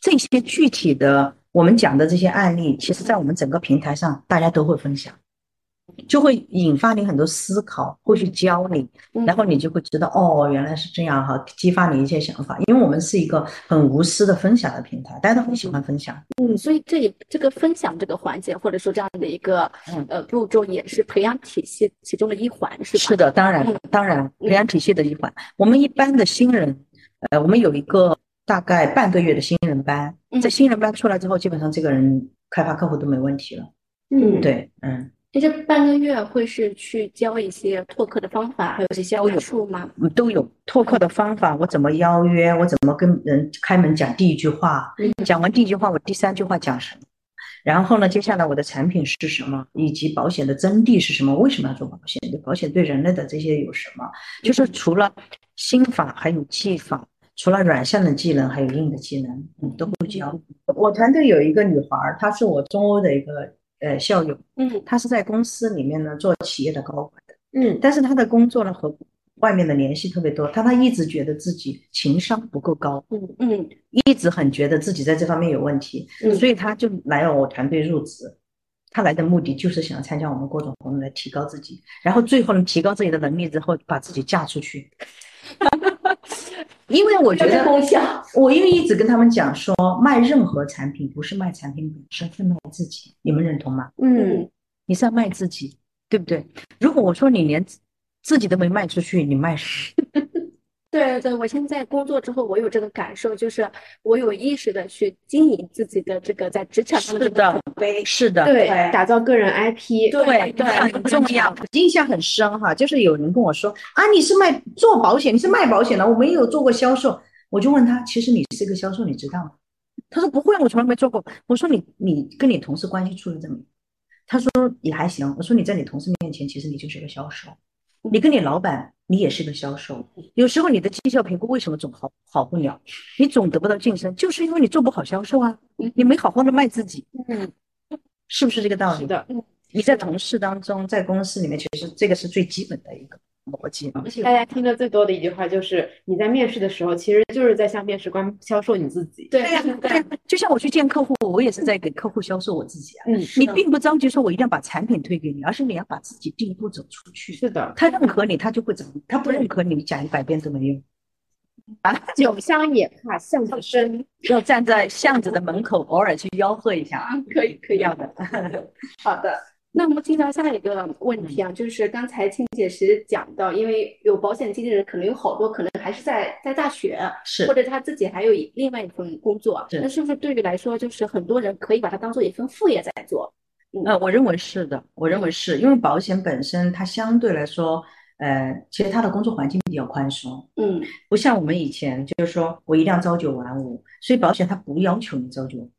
这些具体的我们讲的这些案例，其实在我们整个平台上大家都会分享，就会引发你很多思考，会去教你，
嗯
然后你就会知道哦，原来是这样哈，激发你一些想法。因为我们是一个很无私的分享的平台，大家都很喜欢分享。
嗯，所以这里这个分享这个环节，或者说这样的一个
嗯
呃步骤，也是培养体系其中的一环，是吧？
是的，当然
嗯
当然，培养体系的一环。我们一般的新人，呃，我们有一个大概半个月的新人班，在新人班出来之后，基本上这个人开发客户都没问题了。
嗯，。
对，嗯，
那这半个月会是去教一些拓客的方法，还有一些话术吗？
我们都有拓客的方法，我怎么邀约，我怎么跟人开门讲第一句话，讲完第一句话，我第三句话讲什么？然后呢，接下来我的产品是什么，以及保险的真谛是什么？为什么要做保险？对保险对人类的这些有什么？就是除了心法，还有技法，除了软项的技能，还有硬的技能，嗯，都会教。我团队有一个女孩儿，她是我中欧的一个呃校友，
嗯
她是在公司里面呢做企业的高管的，
嗯
但是她的工作呢和外面的联系特别多，但她一直觉得自己情商不够高，
嗯嗯
一直很觉得自己在这方面有问题，
嗯
所以她就来我团队入职。她来的目的就是想参加我们各种活动来提高自己，然后最后呢，提高自己的能力之后，把自己嫁出去。 因为我觉得
功效。
我因为一直跟他们讲说，卖任何产品不是卖产品本身，是卖自己，你们认同吗？
嗯
你是要卖自己，对不对？如果我说你连自自己都没卖出去，你卖谁？
对对，我现在工作之后，我有这个感受，就是我有意识的去经营自己的这个在职场上的
是
这个
的
口碑。
是的，
对，打造个人 IP，
对对
很重要。印象很深哈，就是有人跟我说啊，你是卖做保险，你是卖保险的，我没有做过销售。我就问他，其实你是一个销售，你知道吗？他说不会，啊我从来没做过。我说你你跟你同事关系处的怎么样？他说也还行。我说你在你同事面前，其实你就是一个销售，你跟你老板你也是个销售。有时候你的绩效评估为什么总好好不了？你总得不到晋升，就是因为你做不好销售啊，你没好好的卖自己，
嗯，
是不是这个道理？
是的
嗯，
你在同事当中，在公司里面，其实这个是最基本的一个逻辑啊。
大家听的最多的一句话就是，你在面试的时候，其实就是在向面试官销售你自己。
对
呀、对呀、就像我去见客户，我也是在给客户销售我自己啊。
嗯，
你并不着急说我一定要把产品推给你，而是你要把自己第一步走出去。
是的，
他认可你，他就会找你；他不认可你，你讲一百遍都没用。
酒香也怕巷子深。
要站在巷子的门口，偶尔去吆喝一下，
可以可以
要的。
好的，那我们进到下一个问题啊，
嗯
就是刚才青姐其实讲到，因为有保险经纪人，可能有好多可能还是在在大学，
是
或者他自己还有一另外一份工作，
是
那是不是对于来说，就是很多人可以把它当做一份副业在做？
呃，我认为是的，我认为是因为保险本身它相对来说，呃，其实它的工作环境比较宽松，
嗯
不像我们以前就是说我一定要朝九晚五，所以保险它不要求你朝九晚五，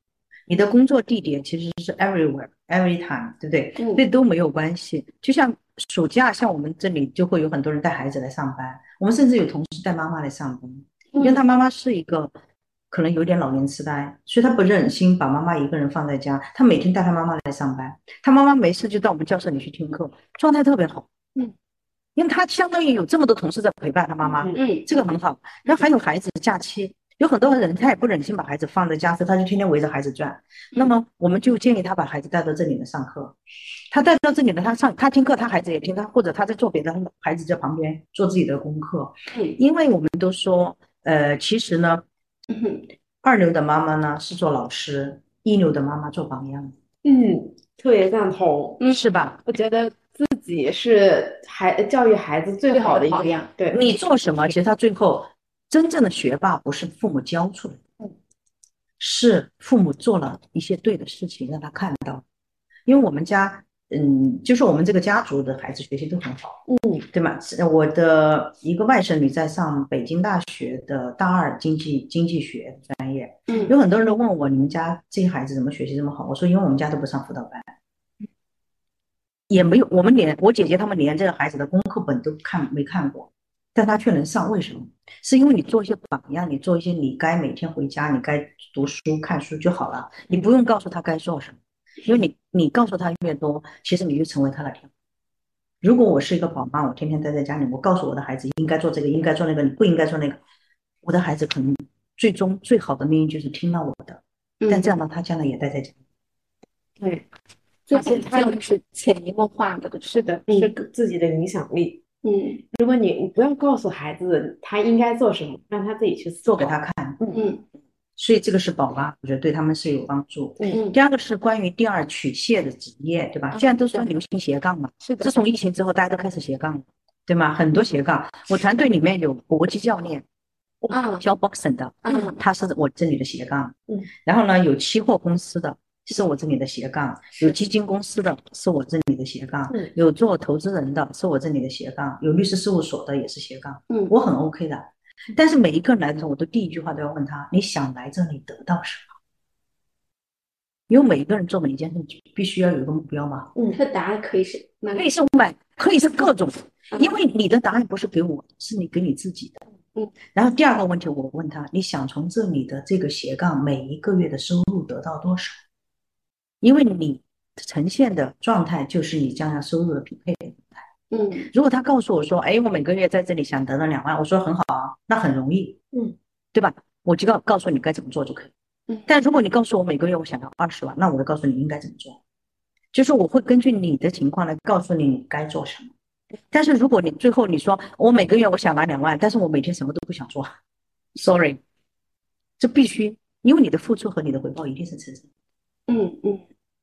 你的工作地点其实是 everywhere every time，对不对？
嗯
这都没有关系。就像暑假，像我们这里就会有很多人带孩子来上班，我们甚至有同事带妈妈来上
嗯
班，因为他妈妈是一个可能有点老年痴呆，所以他不忍心把妈妈一个人放在家，他每天带他妈妈来上班，他妈妈没事就到我们教室里去听课，状态特别好。
嗯，
因为他相当于有这么多同事在陪伴他妈妈，
嗯
这个很好。然后还有孩子假期，有很多人他也不忍心把孩子放在家，所以他就天天围着孩子转。那么我们就建议他把孩子带到这里来上课，他带到这里来，他上他听课，他孩子也听他，或者他在做别的，他们孩子在旁边做自己的功课。
嗯
因为我们都说，呃，其实呢，
嗯哼，
二流的妈妈呢是做老师，一流的妈妈做榜样，
嗯，特别赞同。
嗯，是吧？
我觉得自己是孩教育孩子最好的
最好的
一
榜
个
样。
对，
你做什么，其实他最后真正的学霸不是父母教出来的，是父母做了一些对的事情让他看到。因为我们家，嗯，就是我们这个家族的孩子学习都很好，
嗯，
对吗？是我的一个外甥女在上北京大学的大二经济经济学专业，
嗯
有很多人都问我，你们家这些孩子怎么学习这么好？我说，因为我们家都不上辅导班，也没有，我们连我姐姐他们连这个孩子的功课本都看没看过，但他却能上，为什么？是因为你做一些榜样，你做一些你该每天回家，你该读书看书就好了，你不用告诉他该做什么，因为你你告诉他越多，其实你就成为他的天。如果我是一个宝妈，我天天待在家里，我告诉我的孩子应该做这个，应该做那个，你不应该做那个，我的孩子可能最终最好的命运就是听了我的，
嗯
但这样呢，他将来也待在这里。
对，
而
而
且
且它
它又
是潜移默化的，
是的，
嗯
是自己的影响力。
嗯
如果你你不要告诉孩子他应该做什么，让他自己去做
给
好
他看，
嗯
所以这个是宝妈，我觉得对他们是有帮助。
嗯
第二个是关于第二曲线的职业，对吧？
嗯
现在都说流行斜杠嘛，
是的
自从疫情之后，大家都开始斜杠了，对吗？很多斜杠，我团队里面有搏击教练，
啊
教 boxing 的，
嗯
他是我这里的斜杠。
嗯，
然后呢，有期货公司的是我这里的斜杠，有基金公司的是我这里的斜杠
嗯，
有做投资人的是我这里的斜杠，有律师事务所的也是斜杠，
嗯
我很 OK 的。但是每一个人来的时候，我都第一句话都要问他：你想来这里得到什么？因为每一个人做每一件事情，必须要有一个目标嘛。
它的答案可以是蛮
可以是买，可以是各种，
嗯
因为你的答案不是给我，是你给你自己的。
嗯。
然后第二个问题，我问他，你想从这里的这个斜杠每一个月的收入得到多少？因为你呈现的状态就是你将来收入的匹配。
嗯
如果他告诉我说，哎，我每个月在这里想得到两万，我说很好啊，那很容易，
嗯，
对吧？我就告告诉你该怎么做就可以。
嗯
但如果你告诉我每个月我想要二十万，那我就告诉你应该怎么做，就是我会根据你的情况来告诉你你该做什么。但是如果你最后你说我每个月我想拿两万，但是我每天什么都不想做，sorry，这必须，因为你的付出和你的回报一定是成正比。
嗯嗯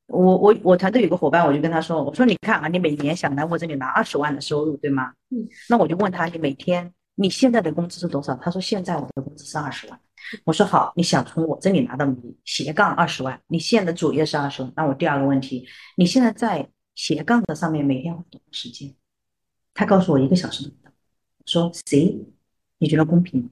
我我我团队有个伙伴，我就跟他说，我说你看啊，你每年想来我这里拿二十万的收入，对吗？
嗯，
那我就问他，你每天你现在的工资是多少？他说现在我的工资是二十万。我说好，你想从我这里拿到你斜杠二十万，你现在的主业是二十万。那我第二个问题，你现在在斜杠的上面每天花多少时间？他告诉我一个小时都不到。我说行，你觉得公平吗？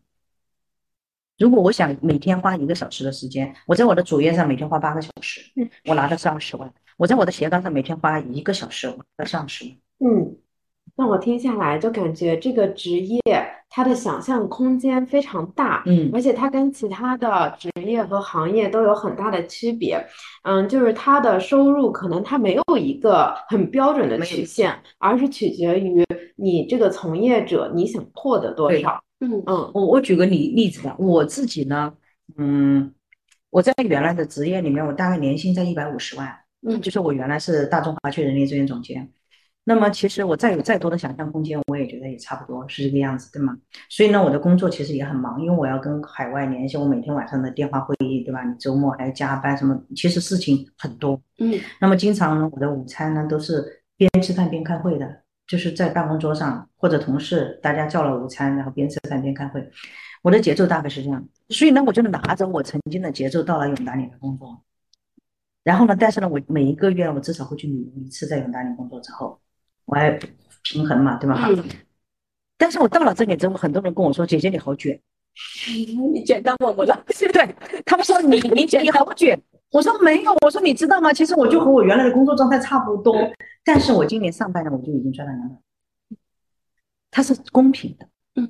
如果我想每天花一个小时的时间，我在我的主业上每天花八个小时，我拿的是二十万；我在我的斜杠上每天花一个小时，我拿的是二十万。
嗯，那我听下来就感觉这个职业它的想象空间非常大，
嗯
而且它跟其他的职业和行业都有很大的区别。嗯，就是它的收入可能它没有一个很标准的
没有
曲线，而是取决于你这个从业者你想获得多
对
少。
嗯
嗯
我我举个例例子吧，我自己呢，嗯，我在原来的职业里面，我大概年薪在一百五十万，
嗯
就是我原来是大中华区人力资源总监。那么其实我再有再多的想象空间，我也觉得也差不多是这个样子，对吗？所以呢，我的工作其实也很忙，因为我要跟海外联系，我每天晚上的电话会议，对吧？你周末还要加班什么，其实事情很多。
嗯
那么经常呢，我的午餐呢都是边吃饭边开会的，就是在办公桌上或者同事大家叫了午餐，然后边吃饭边开会。我的节奏大概是这样，所以呢，我就拿着我曾经的节奏到了永达里来工作。然后呢，但是呢，我每一个月我至少会去旅游一次，在永达里工作之后，我还平衡嘛，对吧？
嗯
但是我到了这里之后，很多人跟我说：“姐姐你好卷。”
你卷到我们了，
对，他们说你你你好卷，我说没有，我说你知道吗？其实我就和我原来的工作状态差不多，但是我今年上半年我就已经赚了两百，它是公平的，
嗯，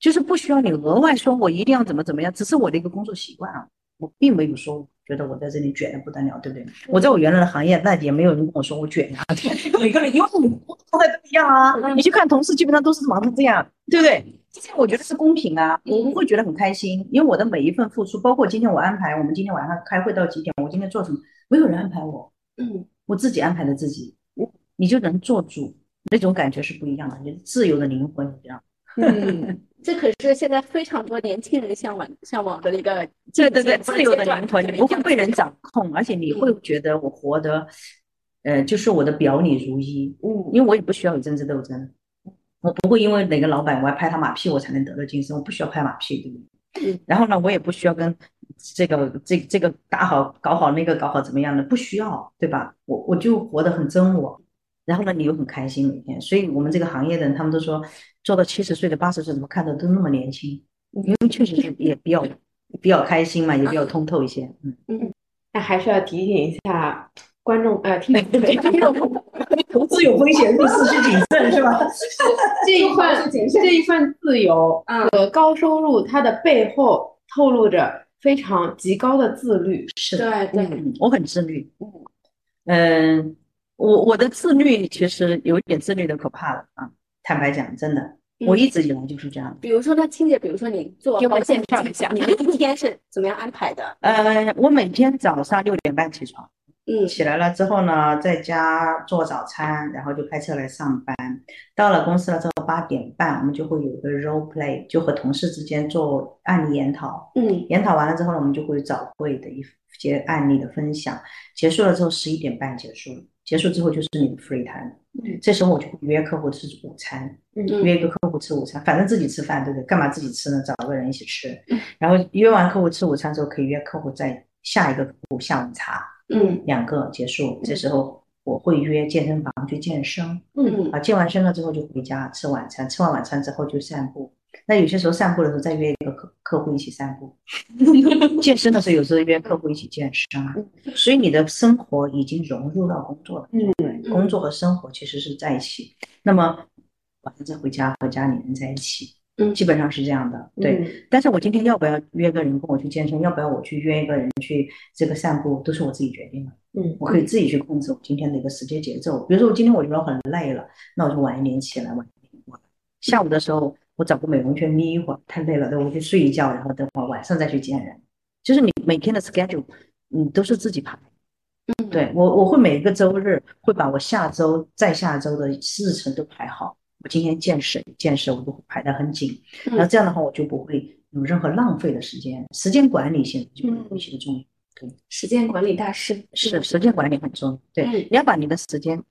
就是不需要你额外说我一定要怎么怎么样，只是我的一个工作习惯啊，我并没有说我觉得我在这里卷的不得了，对不对？我在我原来的行业，那也没有人跟我说我卷啊， 每个人因为你工作状态都一样啊，你去看同事基本上都是忙成这样，对不对？这些我觉得是公平啊，我不会觉得很开心，因为我的每一份付出，包括今天我安排我们今天晚上开会到几点，我今天做什么，没有人安排我，
嗯
我自己安排的自己，你就能做主，那种感觉是不一样的，你自由的灵魂，你知道吗？
嗯， 这可是现在非常多年轻人向往向往的一个
对对对，
境
自
界
由的
转
灵魂，你
折
不会
一
被人
样
掌控，而且你会觉得我活得，呃，就是我的表里如一，
嗯
因为我也不需要有政治斗争，我不会因为哪个老板我要拍他马屁我才能得到晋升，我不需要拍马屁，对不对
嗯？
然后呢，我也不需要跟这个这这个打好搞好那个搞好怎么样的，不需要，对吧？我我就活得很真我，然后呢，你又很开心每天，所以我们这个行业的人他们都说，做到七十岁的八十岁怎么看着都那么年轻，因为确实是也比较比较开心嘛，也比较通透一些，嗯。
那还是要提醒一下观众呃听众朋友
投资有风险，入市需谨慎，是吧？
这一份这一份自由
嗯
和高收入，它的背后透露着非常极高的自律。
是的。
对对，
嗯，我很自律。嗯，我我的自律其实有一点自律的可怕了啊，坦白讲，真的，我一直以来就是这样的。
比如说，那青姐，比如说你做
给我
保险
介绍一下
你的一天是怎么样安排的？
呃，我每天早上六点半起床，
嗯
起来了之后呢，在家做早餐，然后就开车来上班。到了公司了之后八点半，我们就会有一个 role play，就和同事之间做案例研讨。
嗯
研讨完了之后呢，我们就会有早会的一些案例的分享。结束了之后十一点半结束了，结束之后就是你的 free time。
嗯
这时候我就会约客户吃午餐，
嗯
约一个客户吃午餐，反正自己吃饭对不对？干嘛自己吃呢？找个人一起吃，然后约完客户吃午餐之后，可以约客户在下一个客户下午茶，
嗯
两个结束。这时候我会约健身房去健身，
嗯
啊，健完身了之后就回家吃晚餐，吃完晚餐之后就散步。那有些时候散步的时候再约一个客客户一起散步， 健身的时候有时候约客户一起健身啊，所以你的生活已经融入到工作了，
嗯
工作和生活其实是在一起。那么晚上再回家，和家里人在一起，
嗯
基本上是这样的。对，但是我今天要不要约个人跟我去健身，要不要我去约一个人去这个散步，都是我自己决定的。
嗯，
我可以自己去控制我今天的一个时间节奏。比如说，我今天我觉得很累了，那我就晚一点起来，晚一点过来。下午的时候，我找个美容圈眯一会儿，太累了，对，我去睡一觉，然后等会儿晚上再去见人。就是你每天的 schedule，你都是自己排。
嗯，
对我，我会每一个周日会把我下周、再下周的日程都排好。我今天见谁见谁，我都会排得很紧。
嗯
然后这样的话，我就不会有任何浪费的时间。时间管理现在就
嗯
尤其的重要，
时间管理大师
是时间管理很重要。对，
嗯
你要把你的时间，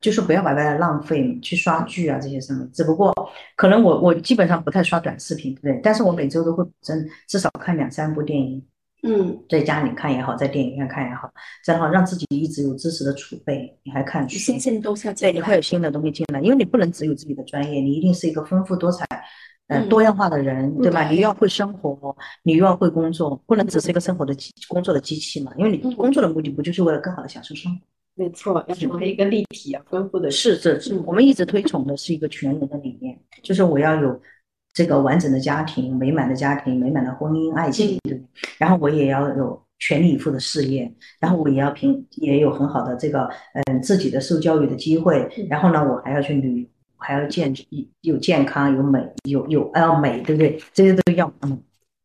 就是不要把它浪费去刷剧啊这些什么。只不过可能我我基本上不太刷短视频，对不对？但是我每周都会保证至少看两三部电影，
嗯
在家里看也好，在电影院看也好，这样的话让自己一直有知识的储备。你还看书，
新鲜的东西要进
对，
来
你会有新的东西进来，因为你不能只有自己的专业，你一定是一个丰富多彩、呃
嗯
多样化的人，对吧？你又要会生活，你又要会工作，不能只是一个生活的机工作的机器嘛，因为
嗯
你工作的目的不就是为了更好的享受生活？
没错，要成为一个立体啊、丰富的人。
是是是
嗯，
我们一直推崇的是一个全人的理念，就是我要有这个完整的家庭、美满的家庭、美满的婚姻、爱情，对不对？然后我也要有全力以赴的事业，然后我也要平也有很好的这个嗯自己的受教育的机会，然后呢，我还要去旅游，我还要健有健康、有美、有有还要美，对不对？这些都要嗯。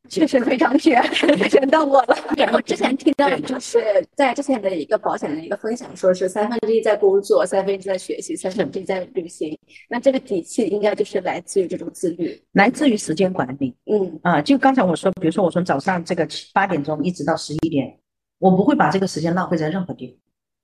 确实非常绝，选到我了。
我之前听到就是在之前的一个保险的一个分享，说是三分之一在工作，三分之一在学习，三分之一在旅行。那这个底气应该就是来自于这种自律。
来自于时间管理
嗯
啊、就刚才我说，比如说我从早上这个七八点钟一直到十一点，我不会把这个时间浪费在任何地方，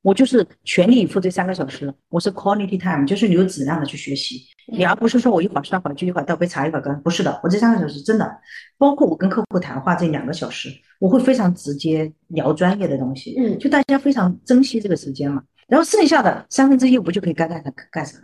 我就是全力以赴这三个小时，我是 quality time，就是你有质量的去学习，你而不是说我一会儿刷会儿剧，一会儿倒杯茶，一会儿干，不是的，我这三个小时真的，包括我跟客户谈话这两个小时，我会非常直接聊专业的东西，
嗯
就大家非常珍惜这个时间嘛，然后剩下的三分之一我不就可以该干啥干啥了。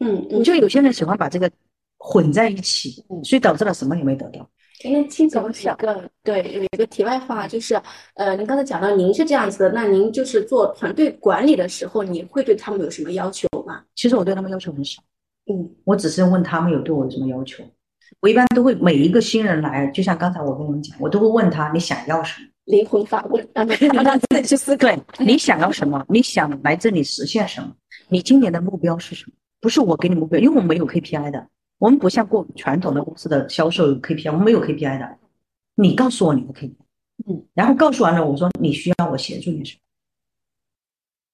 嗯
你就有些人喜欢把这个混在一起，所以导致了什么也没得到。
因为听总有一个对有一个题外话，就是呃，您刚才讲到您是这样子的，那您就是做团队管理的时候，你会对他们有什么要求吗？
其实我对他们要求很少，
嗯
我只是问他们有对我有什么要求。我一般都会每一个新人来，就像刚才我跟你们讲，我都会问他你想要什么，
灵魂发问啊，没有让自己去思考。
对，你想要什么，你想来这里实现什么，你今年的目标是什么？不是我给你目标，因为我们没有 KPI 的，我们不像过传统的公司的销售有 KPI，我们没有 KPI 的。你告诉我你的 KPI，
嗯，
然后告诉完了，我说你需要我协助你什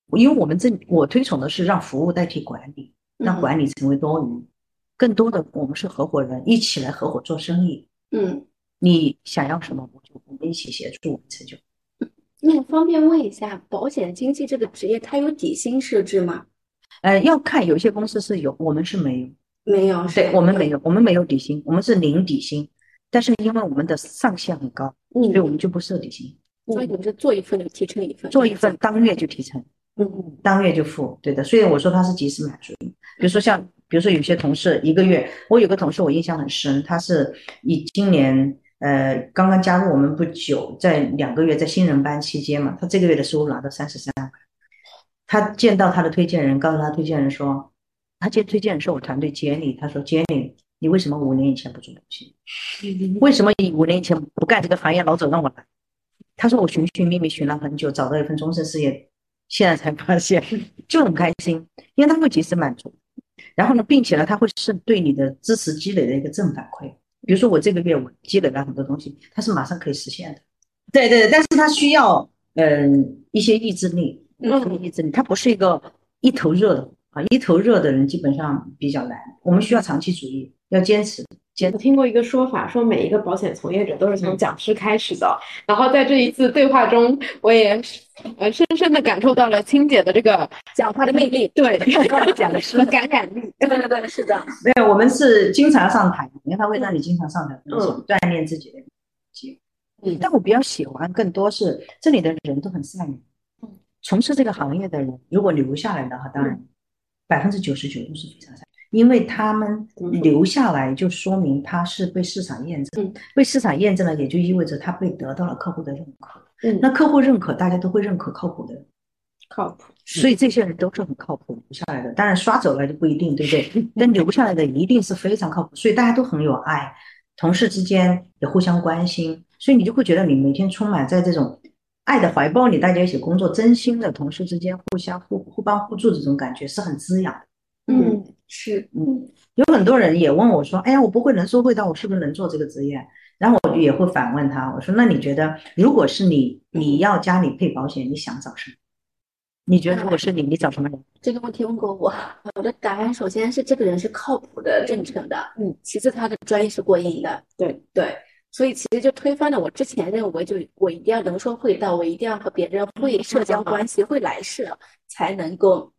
么？因为我们这我推崇的是让服务代替管理，
嗯
嗯
让管理成为多余，更多的我们是合伙人一起来合伙做生意。
嗯，
你想要什么，我就我们一起协助完成就好。
那我方便问一下，保险经纪这个职业它有底薪设置吗？
呃，要看有些公司是有，我们是没有。
没有，是
对
吧
我们没有，我们没有底薪，我们是零底薪，但是因为我们的上限很高，
嗯
所以我们就不设底薪，
所以你们是做一份就提成一份，
做一份当月就提成，
嗯，
当月就付，对的。所以我说它是及时满足。比如说像，比如说有些同事一个月，我有个同事我印象很深，他是以今年呃刚刚加入我们不久，在两个月在新人班期间嘛，他这个月的收入拿到三十三万，他见到他的推荐人，告诉他推荐人说，他见推荐人是我团队接力，他说接力。你为什么五年以前不做东西？为什么你五年以前不干这个行业，老总让我来？他说我寻寻觅觅寻了很久，找到一份终身事业，现在才发现就很开心，因为他会及时满足。然后呢，并且呢，它会是对你的知识积累的一个正反馈。比如说我这个月我积累了很多东西，它是马上可以实现的。对对，但是它需要嗯、一些意志力，嗯，意志力，它不是一个一头热的啊，一头热的人基本上比较难。我们需要长期主义，要坚持。
我听过一个说法，说每一个保险从业者都是
嗯
从讲师开始的。然后在这一次对话中，我也呃深深的感受到了青姐的这个
讲话的魅力，
对
讲的是
感染力。
对对对，是的，
没有，我们是经常上台，因为他会让你经常上台分享，锻炼自己的肌肉。但我比较喜欢更多是这里的人都很善良。从事这个行业的人，如果留下来的话，当然百分之九十九都是非常善良，因为他们留下来就说明他是被市场验证，被市场验证了，也就意味着他被得到了客户的认可。
嗯
那客户认可，大家都会认可靠谱的人，
靠谱。
所以这些人都是很靠谱留下来的。当然刷走了就不一定，对不对？但留下来的一定是非常靠谱，所以大家都很有爱，同事之间也互相关心，所以你就会觉得你每天充满在这种爱的怀抱里，大家一起工作，真心的同事之间互相互互帮互助，这种感觉是很滋养的。
嗯，是，
嗯，有很多人也问我说：“哎呀，我不会能说会道，我是不是能做这个职业？”然后我就也会反问他，我说：“那你觉得，如果是你，你要家里配保险，你想找什么？你觉得如果是你，你找什么人？
这个问题问过我，我的答案首先是这个人是靠谱的、真诚的，
嗯，
其次他的专业是过硬的，
对
对，所以其实就推翻了我之前认为，就我一定要能说会道，我一定要和别人会社交关系、会来事，才能够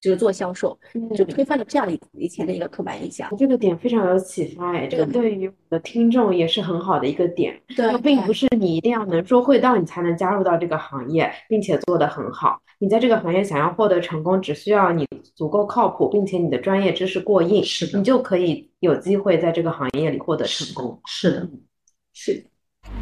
就是做销售，就推翻了这样一以前的一个刻板印象。
嗯这个点非常有启发，哎，
嗯
这个对于我们的听众也是很好的一个点。
对
它并不是你一定要能说会道，你才能加入到这个行业，并且做得很好。你在这个行业想要获得成功，只需要你足够靠谱，并且你的专业知识过硬，
是的
你就可以有机会在这个行业里获得成功。嗯
是的，
是，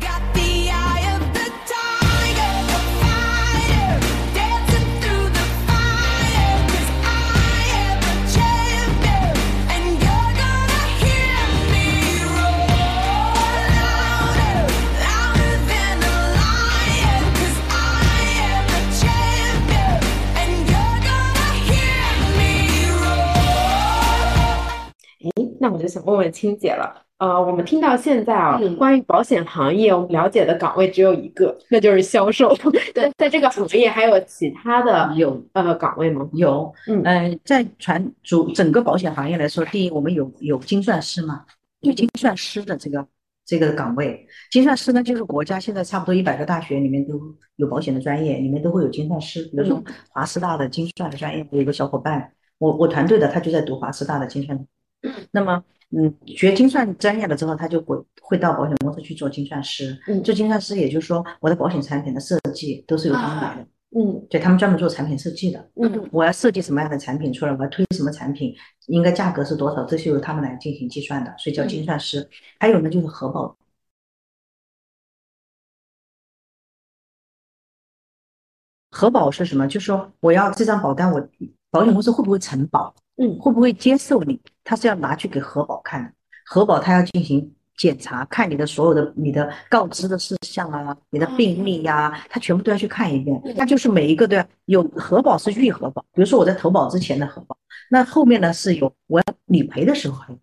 The eye of the tiger, the fighter, dancing through the fire. 'Cause I am a champion, and you're gonna hear me roar louder, louder than a lion. 'Cause I am a champion, and you're gonna hear me roar.
哎，那我就想问问青姐了。呃，我们听到现在啊，关于保险行业，我们了解的岗位只有一个，那就是销售。 在在这个行业还有其他的
有
呃岗位吗？
有，
嗯
呃，在全主整个保险行业来说，第一，我们有有精算师嘛，有精算师的这个这个岗位。精算师呢，就是国家现在差不多一百个大学里面都有保险的专业，里面都会有精算师。比如
嗯
说华师大的精算的专业，我有个小伙伴，我我团队的他就在读华师大的精算。那么，嗯，学精算专业了之后，他就会会到保险公司去做精算师。
嗯
做精算师，也就是说，我的保险产品的设计都是有他们来的。
嗯
对他们专门做产品设计的，
嗯，
我要设计什么样的产品出来，我要推什么产品，应该价格是多少，这是由他们来进行计算的，所以叫精算师。还有呢，就是核保，核保是什么？就是说我要这张保单，我保险公司会不会承保？
嗯
会不会接受你？他是要拿去给核保看的，核保他要进行检查，看你的所有的你的告知的事项啊，你的病历呀、他全部都要去看一遍。
嗯
他就是每一个都要有核保是预核保，比如说我在投保之前的核保，那后面呢是有我要理赔的时候还有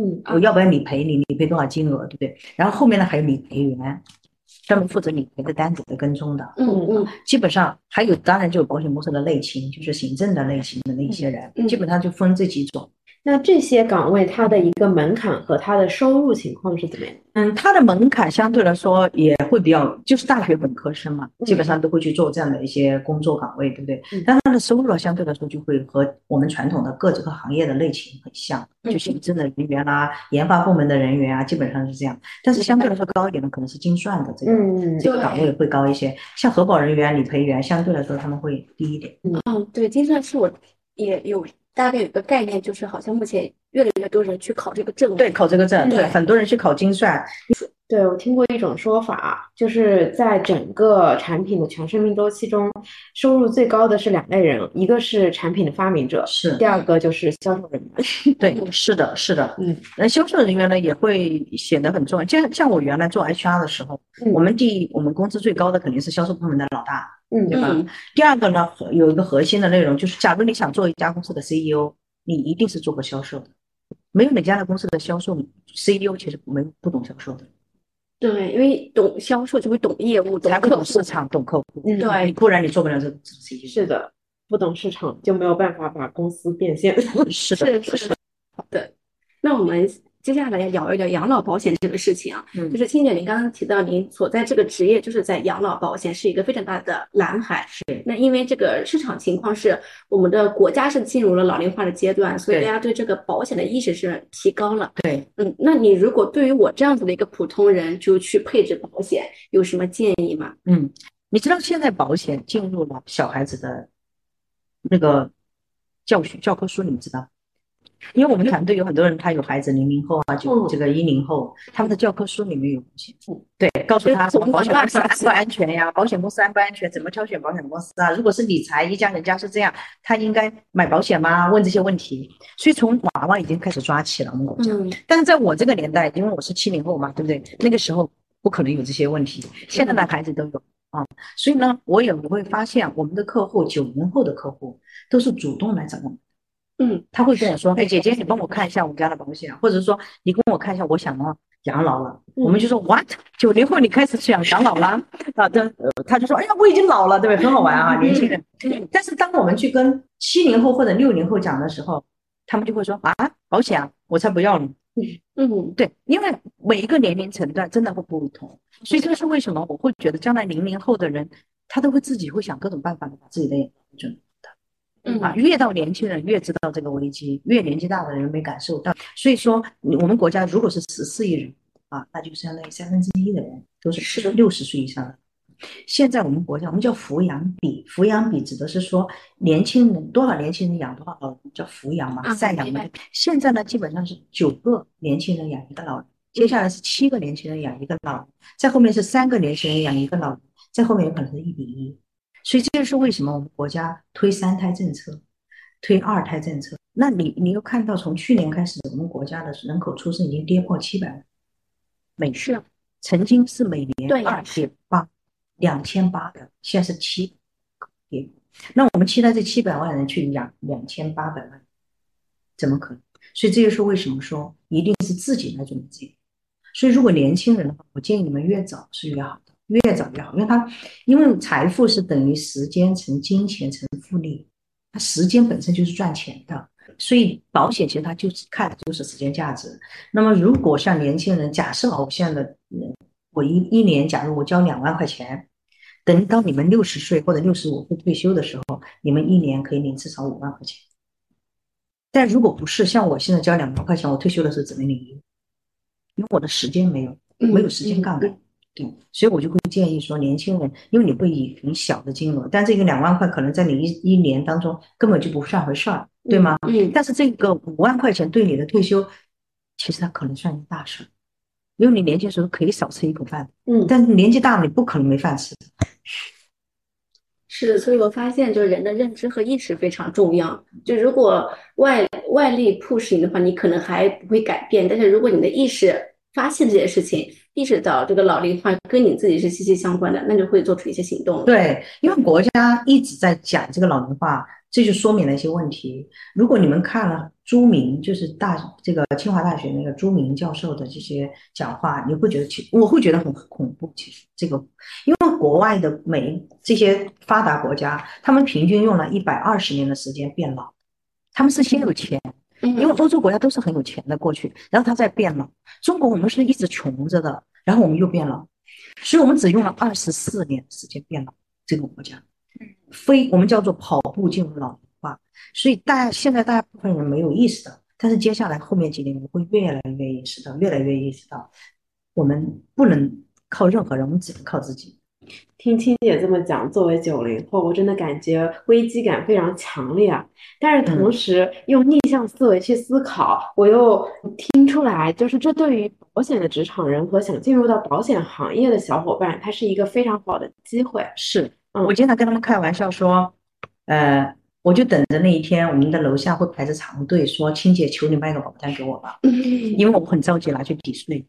嗯
啊
我要不要理赔你，理赔多少金额，对不对？然后后面呢还有理赔员，专门负责理赔的单子的跟踪的。
嗯嗯
基本上还有，当然就有保险公司的类型，就是行政的类型的那一些人，
嗯嗯
基本上就分这几种。
那这些岗位它的一个门槛和它的收入情况是怎么样？
嗯，它的门槛相对来说也会比较，就是大学本科生嘛，基本上都会去做这样的一些工作岗位，对不对
嗯？
但它的收入啊，相对来说就会和我们传统的各这个行业的类型很像，
嗯
就行政的人员啦、研发部门的人员啊，基本上是这样。但是相对来说高一点的可能是精算的这个
嗯
这个岗位会高一些，像核保人员、理赔员相对来说他们会低一点。
嗯，对，精算师我也有大概有个概念，就是好像目前越来越多人去考这个证，
对，考这个证，
对
很多人去考精算，
对，我听过一种说法，就是在整个产品的全生命周期中，收入最高的是两类人，一个是产品的发明者，
是
第二个就是销售人员。
对，是的，是的，
嗯，
那销售人员呢也会显得很重要。像像我原来做 HR 的时候，
嗯
我们第一，我们工资最高的肯定是销售部门的老大，
嗯
对吧？第二个呢，有一个核心的内容就是，假如你想做一家公司的 CEO，你一定是做过销售的，没有哪家的公司的销售 CEO 其实没不懂销售的，
对，因为懂销售就会懂业务，懂
才会
客户
懂市场、懂客 户。
嗯
你不然你做不了这 E 种 CEO。
是的，不懂市场就没有办法把公司变 现。
是
是是的，好的。那我们接下来聊一聊养老保险这个事情啊，
嗯
就是青姐，您刚刚提到您所在这个职业，就是在养老保险是一个非常大的蓝海。
是
那因为这个市场情况是，我们的国家是进入了老龄化的阶段，所以
对
大家对这个保险的意识是提高了。
对，
嗯，那你如果对于我这样子的一个普通人，就去配置保险，有什么建议吗？
嗯，你知道现在保险进入了小孩子的那个教学教科书，你们知道？因为我们团队有很多人，他有孩子，零零后啊，九
嗯
这个一零后，他们的教科书里面有保险，对，告诉他什么保险公司安不安全呀，保 险公司安不安全，怎么挑选保险公司啊？如果是理财，一家人家是这样，他应该买保险吗？问这些问题，所以从娃娃已经开始抓起了，我们国家。
嗯，
但是在我这个年代，因为我是七零后嘛，对不对？那个时候不可能有这些问题，现在的孩子都有啊。所以呢，我也会发现我们的客户，九零后的客户都是主动来找我们。
嗯，
他会跟我说：“哎，姐姐，你帮我看一下我们家的保险，啊或者说你跟我看一下，我想要养老了。”我们就说：“What？九零后你开始想养老了？”啊，他呃他就说：“哎呀，我已经老了，对不对？很好玩啊，年轻人。”但是当我们去跟七零后或者六零后讲的时候，他们就会说：“啊，保险啊，我才不要呢。”
嗯，
对，因为每一个年龄层段真的会不同，所以这是为什么我会觉得将来零零后的人，他都会自己会想各种办法地把自己的眼光准
嗯
啊，越到年轻人越知道这个危机，越年纪大的人没感受到。所以说，你我们国家如果是十四亿人啊，那就相当于三分之一的人都是六十岁以上的。现在我们国家我们叫抚养比，抚养比指的是说年轻人多少年轻人养多少老人叫抚养嘛，
啊
赡养
明
嘛
白。
现在呢，基本上是九个年轻人养一个老人，接下来是七个年轻人养一个老人，再后面是三个年轻人养一个老人，再后面有可能是一比一。所以这就是为什么我们国家推三胎政策，推二胎政策。那你你又看到，从去年开始，我们国家的人口出生已经跌破七百万，每
是，
曾经是每
对
年
呀
二点八，两千八的，现在是七，那我们期待这七百万人去养两千八百万，怎么可能？所以这就是为什么说一定是自己来准备这个。所以如果年轻人的话，我建议你们越早是越好的，越早越好，因为他因为财富是等于时间乘金钱乘复利，它时间本身就是赚钱的。所以保险其实它就是看的就是时间价值。那么如果像年轻人，假设啊，我现在的嗯我一一年，假如我交两万块钱，等到你们六十岁或者六十五岁退休的时候，你们一年可以领至少五万块钱。但如果不是像我现在交两万块钱，我退休的时候只能领一万，因为我的时间没有，
嗯
嗯
没有时间杠杆。对，所以我就会建议说，年轻人，因为你会以很小的金额，但这个两万块可能在你一一年当中根本就不算回事儿，对吗？
嗯，
但是这个五万块钱对你的退休，其实它可能算一大事儿，因为你年轻的时候可以少吃一口饭，
嗯
但是年纪大了你不可能没饭吃。
是，所以我发现就是人的认知和意识非常重要。就如果外外力 push 你的话，你可能还不会改变；但是如果你的意识发现这件事情，意识到这个老龄化跟你自己是息息相关的，那就会做出一些行动了。
对，因为国家一直在讲这个老龄化，这就说明了一些问题。如果你们看了朱明，就是大这个清华大学那个朱明教授的这些讲话，你会觉得其我会觉得很恐怖。其实这个，因为国外的每一这些发达国家，他们平均用了一百二十年的时间变老，他们是先有钱。
嗯，
因为欧洲国家都是很有钱的过去，然后它再变老。中国我们是一直穷着的，然后我们又变老，所以我们只用了二十四年时间变老这个国家，非我们叫做跑步进入老龄化。所以大家现在大部分人没有意识到，但是接下来后面几年我们会越来越意识到，越来越意识到，我们不能靠任何人，我们只能靠自己。
听青姐这么讲，作为九零后，我真的感觉危机感非常强烈啊。但是
嗯
同时用逆向思维去思考，我又听出来，就是这对于保险的职场人和想进入到保险行业的小伙伴，它是一个非常好的机会。
是，
嗯
我经常跟他们开玩笑说，呃，我就等着那一天，我们的楼下会排着长队，说青姐，求你卖个保单给我吧，
嗯
因为我很着急拿去抵税。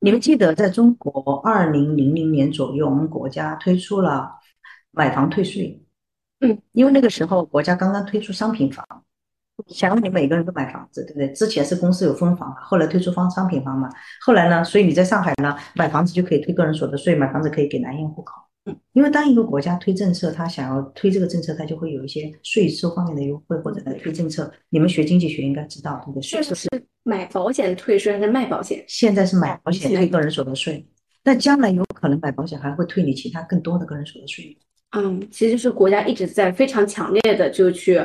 你们记得，在中国二零零零年左右，我们国家推出了买房退税。
嗯，
因为那个时候国家刚刚推出商品房，想让你每个人都买房子，对不对？之前是公司有分房嘛，后来推出方商品房嘛，后来呢，所以你在上海呢买房子就可以推个人所得税，买房子可以给男性户口。
嗯，
因为当一个国家推政策，他想要推这个政策，他就会有一些税收方面的优惠或者来推政策。你们学经济学应该知道，对不对？
确实是买保险退税还是卖保险？
现在是买保险退个人所得税，但将来有可能买保险还会退你其他更多的个人所得税。
嗯，其实就是国家一直在非常强烈的就去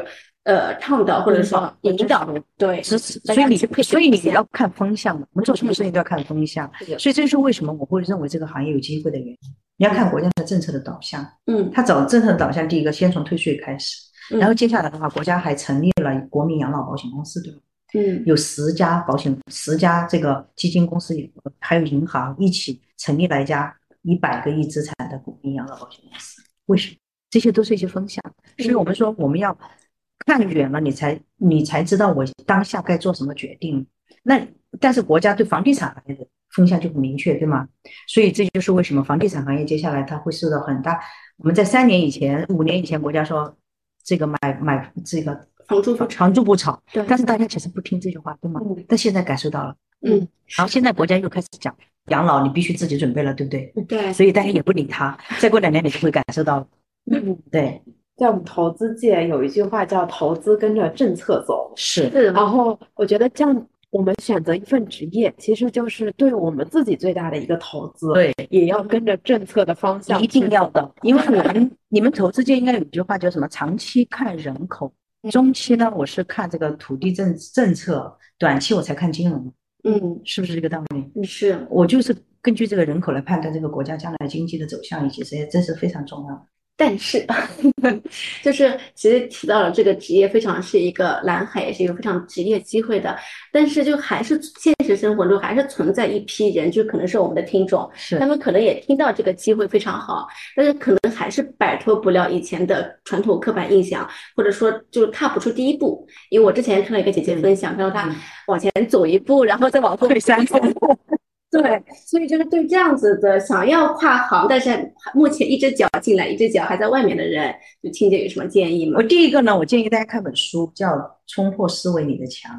呃倡导或者说引导，对，
支持，
大
所以
家
你
去配
所以
合
你
一些
要看风向嘛，我们做什么事情都要看风向，
是的
所以这就是为什么我会认为这个行业有机会的原因。你要看国家的政策的导向，
嗯
它找政策的导向，第一个先从退税开始，
嗯
然后接下来的话，国家还成立了国民养老保险公司，对吧？
嗯
有十家保险，十家这个基金公司，还有银行一起成立了一家一百个亿资产的国民养老保险公司。为什么？这些都是一些风向，所以我们说我们要看远了，你才你才知道我当下该做什么决定。那但是国家对房地产行业的风向就很明确，对吗？所以这就是为什么房地产行业接下来它会受到很大。我们在三年以前、五年以前，国家说这个买买这个
房住不炒
房住不炒，
对
但是大家其实不听这句话，对吗？
嗯
但现在感受到了，
嗯，
然后现在国家又开始讲养老，你必须自己准备了，对不对？
对，
所以大家也不理他，再过两年你就会感受到了，
嗯，
对，
在我们投资界有一句话叫“投资跟着政策走
是”，
是
然后我觉得这样，我们选择一份职业，其实就是对我们自己最大的一个投资，
对，
也要跟着政策的方向
一
去
定要的，因为我们你们投资界应该有一句话叫什么？长期看人口，中期呢我是看这个土地政政策，短期我才看金融，
嗯
是不是这个道理？
是
我就是根据这个人口来判断这个国家将来经济的走向以及这些，这是非常重要的。
但是， 就是其实提到了这个职业，非常是一个蓝海，也是一个非常职业机会的。但是，就还是现实生活中还是存在一批人，就可能是我们的听众，
是
他们可能也听到这个机会非常好，但是可能还是摆脱不了以前的传统刻板印象，或者说就踏不出第一步。因为我之前看到一个姐姐分享，她说
嗯
她往前走一步，然后再往后退三步。对，所以就是对这样子的想要跨行，但是目前一只脚进来，一只脚还在外面的人，就青姐有什么建议吗
我？第一个呢，我建议大家看本书，叫《冲破思维里的墙》，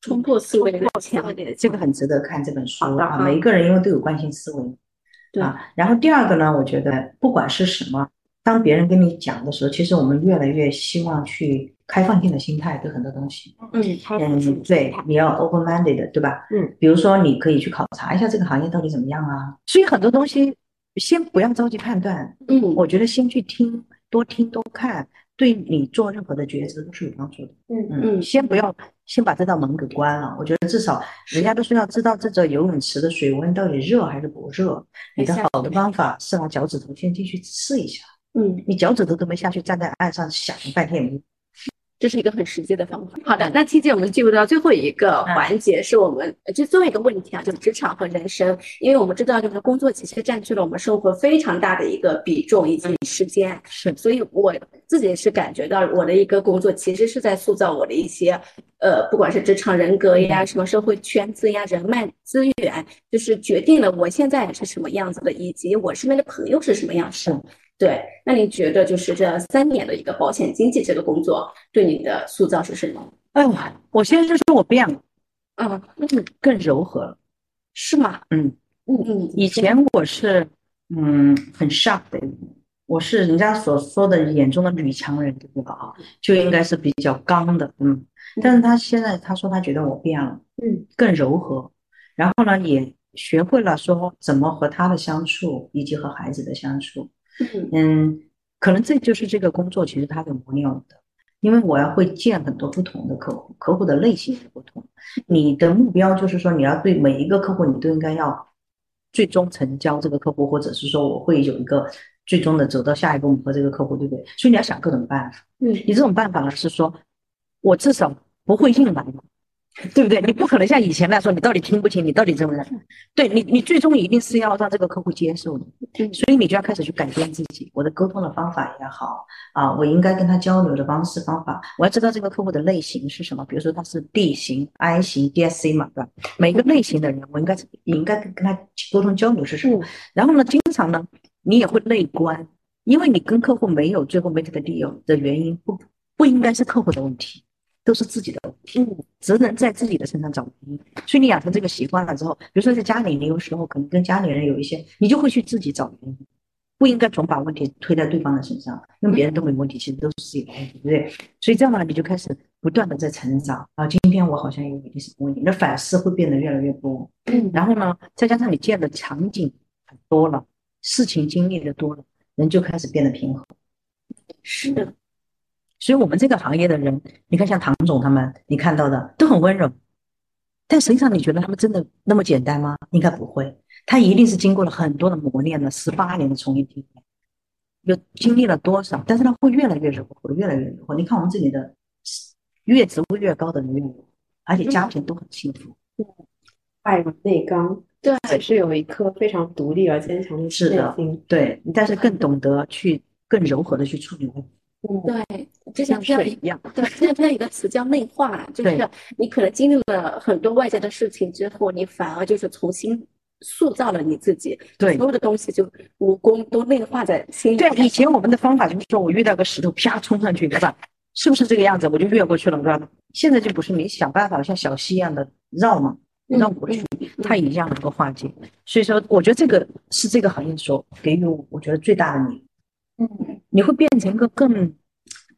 冲破思维的墙，
这个很值得看这本书
好的
啊。
嗯
每一个人因为都有惯性思维，
对
啊。然后第二个呢，我觉得不管是什么，当别人跟你讲的时候，其实我们越来越希望去开放性的心态对很多东西。
嗯
开放性
嗯，对，你要 open minded，对吧？
嗯，
比如说你可以去考察一下这个行业到底怎么样啊。所以很多东西先不要着急判断，
嗯，
我觉得先去听，多听多看，对你做任何的抉择都是有帮助的。
嗯
嗯
先不要先把这道门给关啊了。我觉得至少人家都说要知道这个游泳池的水温到底热还是不热。你的
下
好的方法是拿脚趾头先进去试一下。
嗯，
你脚趾头都没下去，站在岸上想了半天也没。
这是一个很实际的方法。好的，那青姐，我们进入到最后一个环节，是我们呃就最后一个问题啊，就是职场和人生，因为我们知道，就是工作其实占据了我们生活非常大的一个比重以及时间。
是
所以我自己是感觉到我的一个工作其实是在塑造我的一些呃，不管是职场人格呀、什么社会圈子呀、人脉资源，就是决定了我现在是什么样子的，以及我身边的朋友是什么样子的。对，那你觉得就是这三年的一个保险经纪这个工作对你的塑造是什么？
哎呦，我现在就说我变了，
嗯，
更柔和了。
是吗？
嗯，
嗯嗯，
以前我是嗯很 sharp 的一个人，我是人家所说的眼中的女强人，对吧？啊，就应该是比较刚的，嗯。但是他现在他说他觉得我变了，
嗯，
更柔和，然后呢也学会了说怎么和他的相处，以及和孩子的相处，
嗯
嗯，可能这就是这个工作其实它的磨练我的，因为我要会见很多不同的客户，客户的类型也不同，你的目标就是说你要对每一个客户你都应该要最终成交这个客户，或者是说我会有一个最终的走到下一步我们和这个客户，对不对？所以你要想各种办法，
嗯
你这种办法呢是说，我至少不会硬来嘛。对不对？你不可能像以前那样说，你到底听不听，你到底怎么样？对你，你最终一定是要让这个客户接受的。所以你就要开始去改变自己，我的沟通的方法也好啊，我应该跟他交流的方式方法，我要知道这个客户的类型是什么，比如说他是 D 型、I 型、DSC 嘛，对吧？每个类型的人，我应该也应该跟跟他沟通交流是什么。然后呢，经常呢，你也会内观，因为你跟客户没有最后 make the deal 的原因，不不应该是客户的问题，都是自己的问题，只能在自己的身上找原因。所以你养成这个习惯了之后，比如说在家里，你有时候可能跟家里人有一些，你就会去自己找原因，不应该总把问题推在对方的身上，因为别人都没问题，其实都是自己的问题，对不对？所以这样呢，你就开始不断的在成长啊。今天我好像有一点什么问题，那反思会变得越来越多。然后呢，再加上你见的场景很多了，事情经历的多了，人就开始变得平和。
是的，
所以我们这个行业的人，你看像唐总他们，你看到的都很温柔，但实际上你觉得他们真的那么简单吗？应该不会，他一定是经过了很多的磨练了，十八年的从业经验，有经历了多少，但是他会越来越柔和，越来越柔和。你看我们这里的越职务越高的人越柔和，而且家庭都很幸福。
外柔内刚，
对，
也是有一颗非常独立而坚强的
是
内
的
心。，
对，但是更懂得去更柔和的去处理问题。
嗯
对，之前
像
听到
水
一
一样
对，之前听到一个词叫内化，啊就是
对
你可能经历了很多外界的事情之后，你反而就是重新塑造了你自己，
对
所有的东西就武功都内化在心里。
对，以前我们的方法就是说我遇到个石头，啪冲上去，对吧？是不是这个样子？我就越过去了，对吧？现在就不是，你想办法像小溪一样的绕嘛，绕过去，它一样能够化解。所以说，我觉得这个是这个行业所给予我，我觉得最大的你，
嗯，
你会变成一个更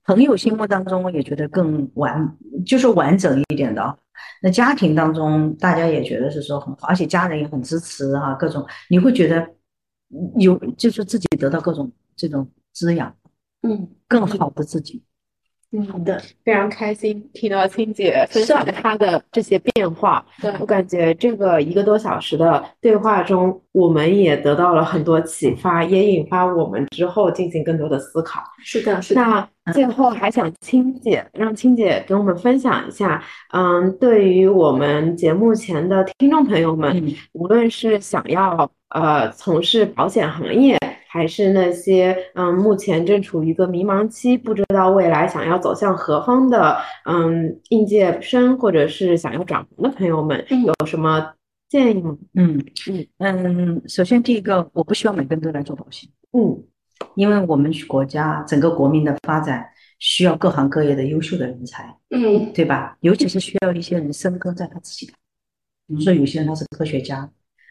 朋友心目当中也觉得更完，就是完整一点的啊。那家庭当中，大家也觉得是说很好，而且家人也很支持哈、各种你会觉得有，就是自己得到各种这种滋养，
嗯，
更好的自己。
嗯，
好的，
非常开心听到青姐分享
是
她的这些变化。
对
我感觉这个一个多小时的对话中，我们也得到了很多启发，也引发我们之后进行更多的思考。
是的，是的，
嗯
那最后还想青姐，让青姐给我们分享一下，嗯，对于我们节目前的听众朋友们，
嗯，
无论是想要呃从事保险行业，还是那些嗯目前正处于一个迷茫期，不知道未来想要走向何方的嗯应届生，或者是想要转行的朋友们，有什么建议吗？
嗯嗯，首先第一个，我不希望每个人都来做保险，
嗯
因为我们国家整个国民的发展需要各行各业的优秀的人才，
嗯
对吧？尤其是需要一些人深耕在他自己的，比如说有些人他是科学家，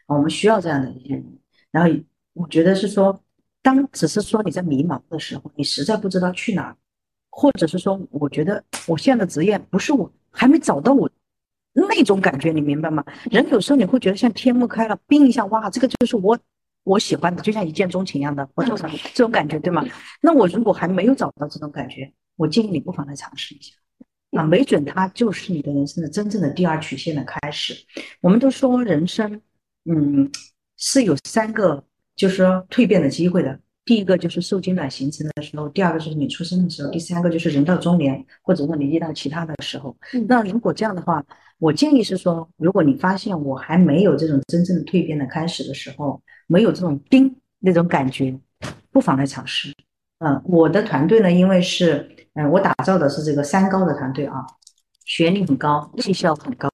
啊我们需要这样的一些人。然后我觉得是说，当只是说你在迷茫的时候，你实在不知道去哪儿，或者是说，我觉得我现在的职业不是我还没找到我那种感觉，你明白吗？人有时候你会觉得像天幕开了，冰一下，哇，这个就是我我喜欢的，就像一见钟情一样的，我找到这种感觉，对吗？那我如果还没有找到这种感觉，我建议你不妨来尝试一下。啊，没准它就是你的人生的真正的第二曲线的开始。我们都说人生，嗯，是有三个，就是说蜕变的机会的。第一个就是受精卵形成的时候，第二个就是你出生的时候，第三个就是人到中年，或者说你遇到其他的时候。那如果这样的话，我建议是说，如果你发现我还没有这种真正的蜕变的开始的时候，没有这种冰那种感觉，不妨来尝试。嗯，我的团队呢，因为是，嗯，我打造的是这个三高的团队啊，学历很高，绩效很高，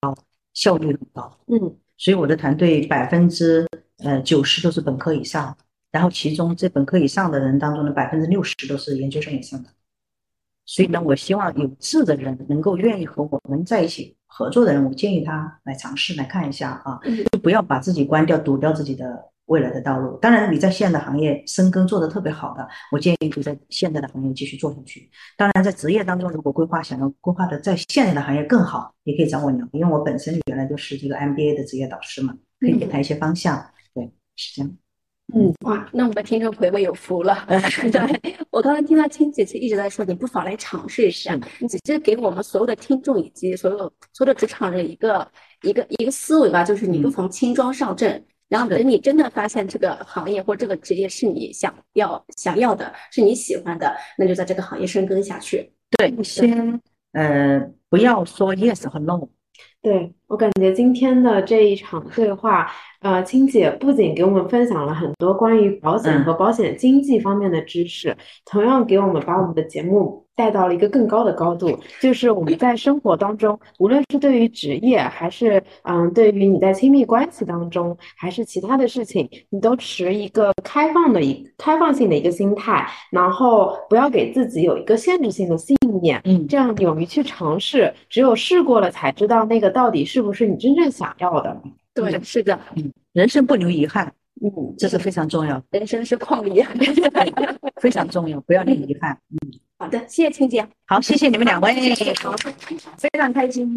效率很高，
嗯
所以我的团队百分之呃九十都是本科以上，然后其中这本科以上的人当中的百分之六十都是研究生以上的，所以呢，我希望有志的人能够愿意和我们在一起合作的人，我建议他来尝试来看一下啊，就不要把自己关掉，堵掉自己的未来的道路。当然，你在现在的行业深耕做得特别好的，我建议你在现在的行业继续做下去。当然，在职业当中，如果规划想要规划的在现在的行业更好，也可以找我聊，因为我本身原来就是这个 MBA 的职业导师嘛，可以给他一些方向。对，是这样。
哇，那我们听众朋友们有福 了。对，我刚才听到青姐姐一直在说，你不妨来尝试一下，只是给我们所有的听众以及所有所有的职场人一个一个一个思维吧，就是你
嗯
不妨轻装上阵，然后等你真的发现这个行业或这个职业是你想要想要的，是你喜欢的，那就在这个行业深耕下去。
对，先呃，不要说 yes 和 no。
对，我感觉今天的这一场对话，呃，青姐不仅给我们分享了很多关于保险和保险经纪方面的知识，同样给我们把我们的节目带到了一个更高的高度，就是我们在生活当中，无论是对于职业，还是嗯，对于你在亲密关系当中，还是其他的事情，你都持一个开放的一开放性的一个心态，然后不要给自己有一个限制性的信信念，嗯，这样勇于去尝试，只有试过了才知道那个到底是不是你真正想要的。
对，是的，
嗯，人生不留遗憾，
嗯，
这是非常重要 的，
人生是旷 野。
非常重要，不要留遗憾。嗯，
好的，谢谢青姐。
好，谢谢你们两位，
非常开心。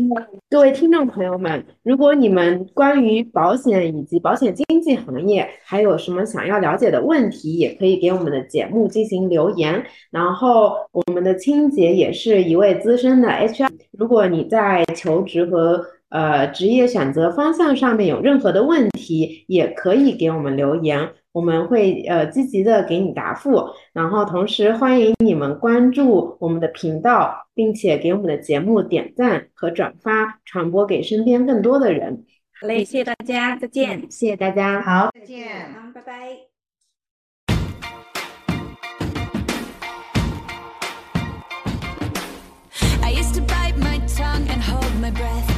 各位听众朋友们，如果你们关于保险以及保险经纪行业还有什么想要了解的问题，也可以给我们的节目进行留言。然后，我们的青姐也是一位资深的 HR，如果你在求职和呃职业选择方向上面有任何的问题，也可以给我们留言，我们会呃积极的给你答复。然后，同时欢迎你们关注我们的频道，并且给我们的节目点赞和转发，传播给身边更多的人。
好嘞，谢谢大家，再见。
嗯
谢谢大家，
好，
再见，好，拜拜。
I used to bite my tongue and hold my breath.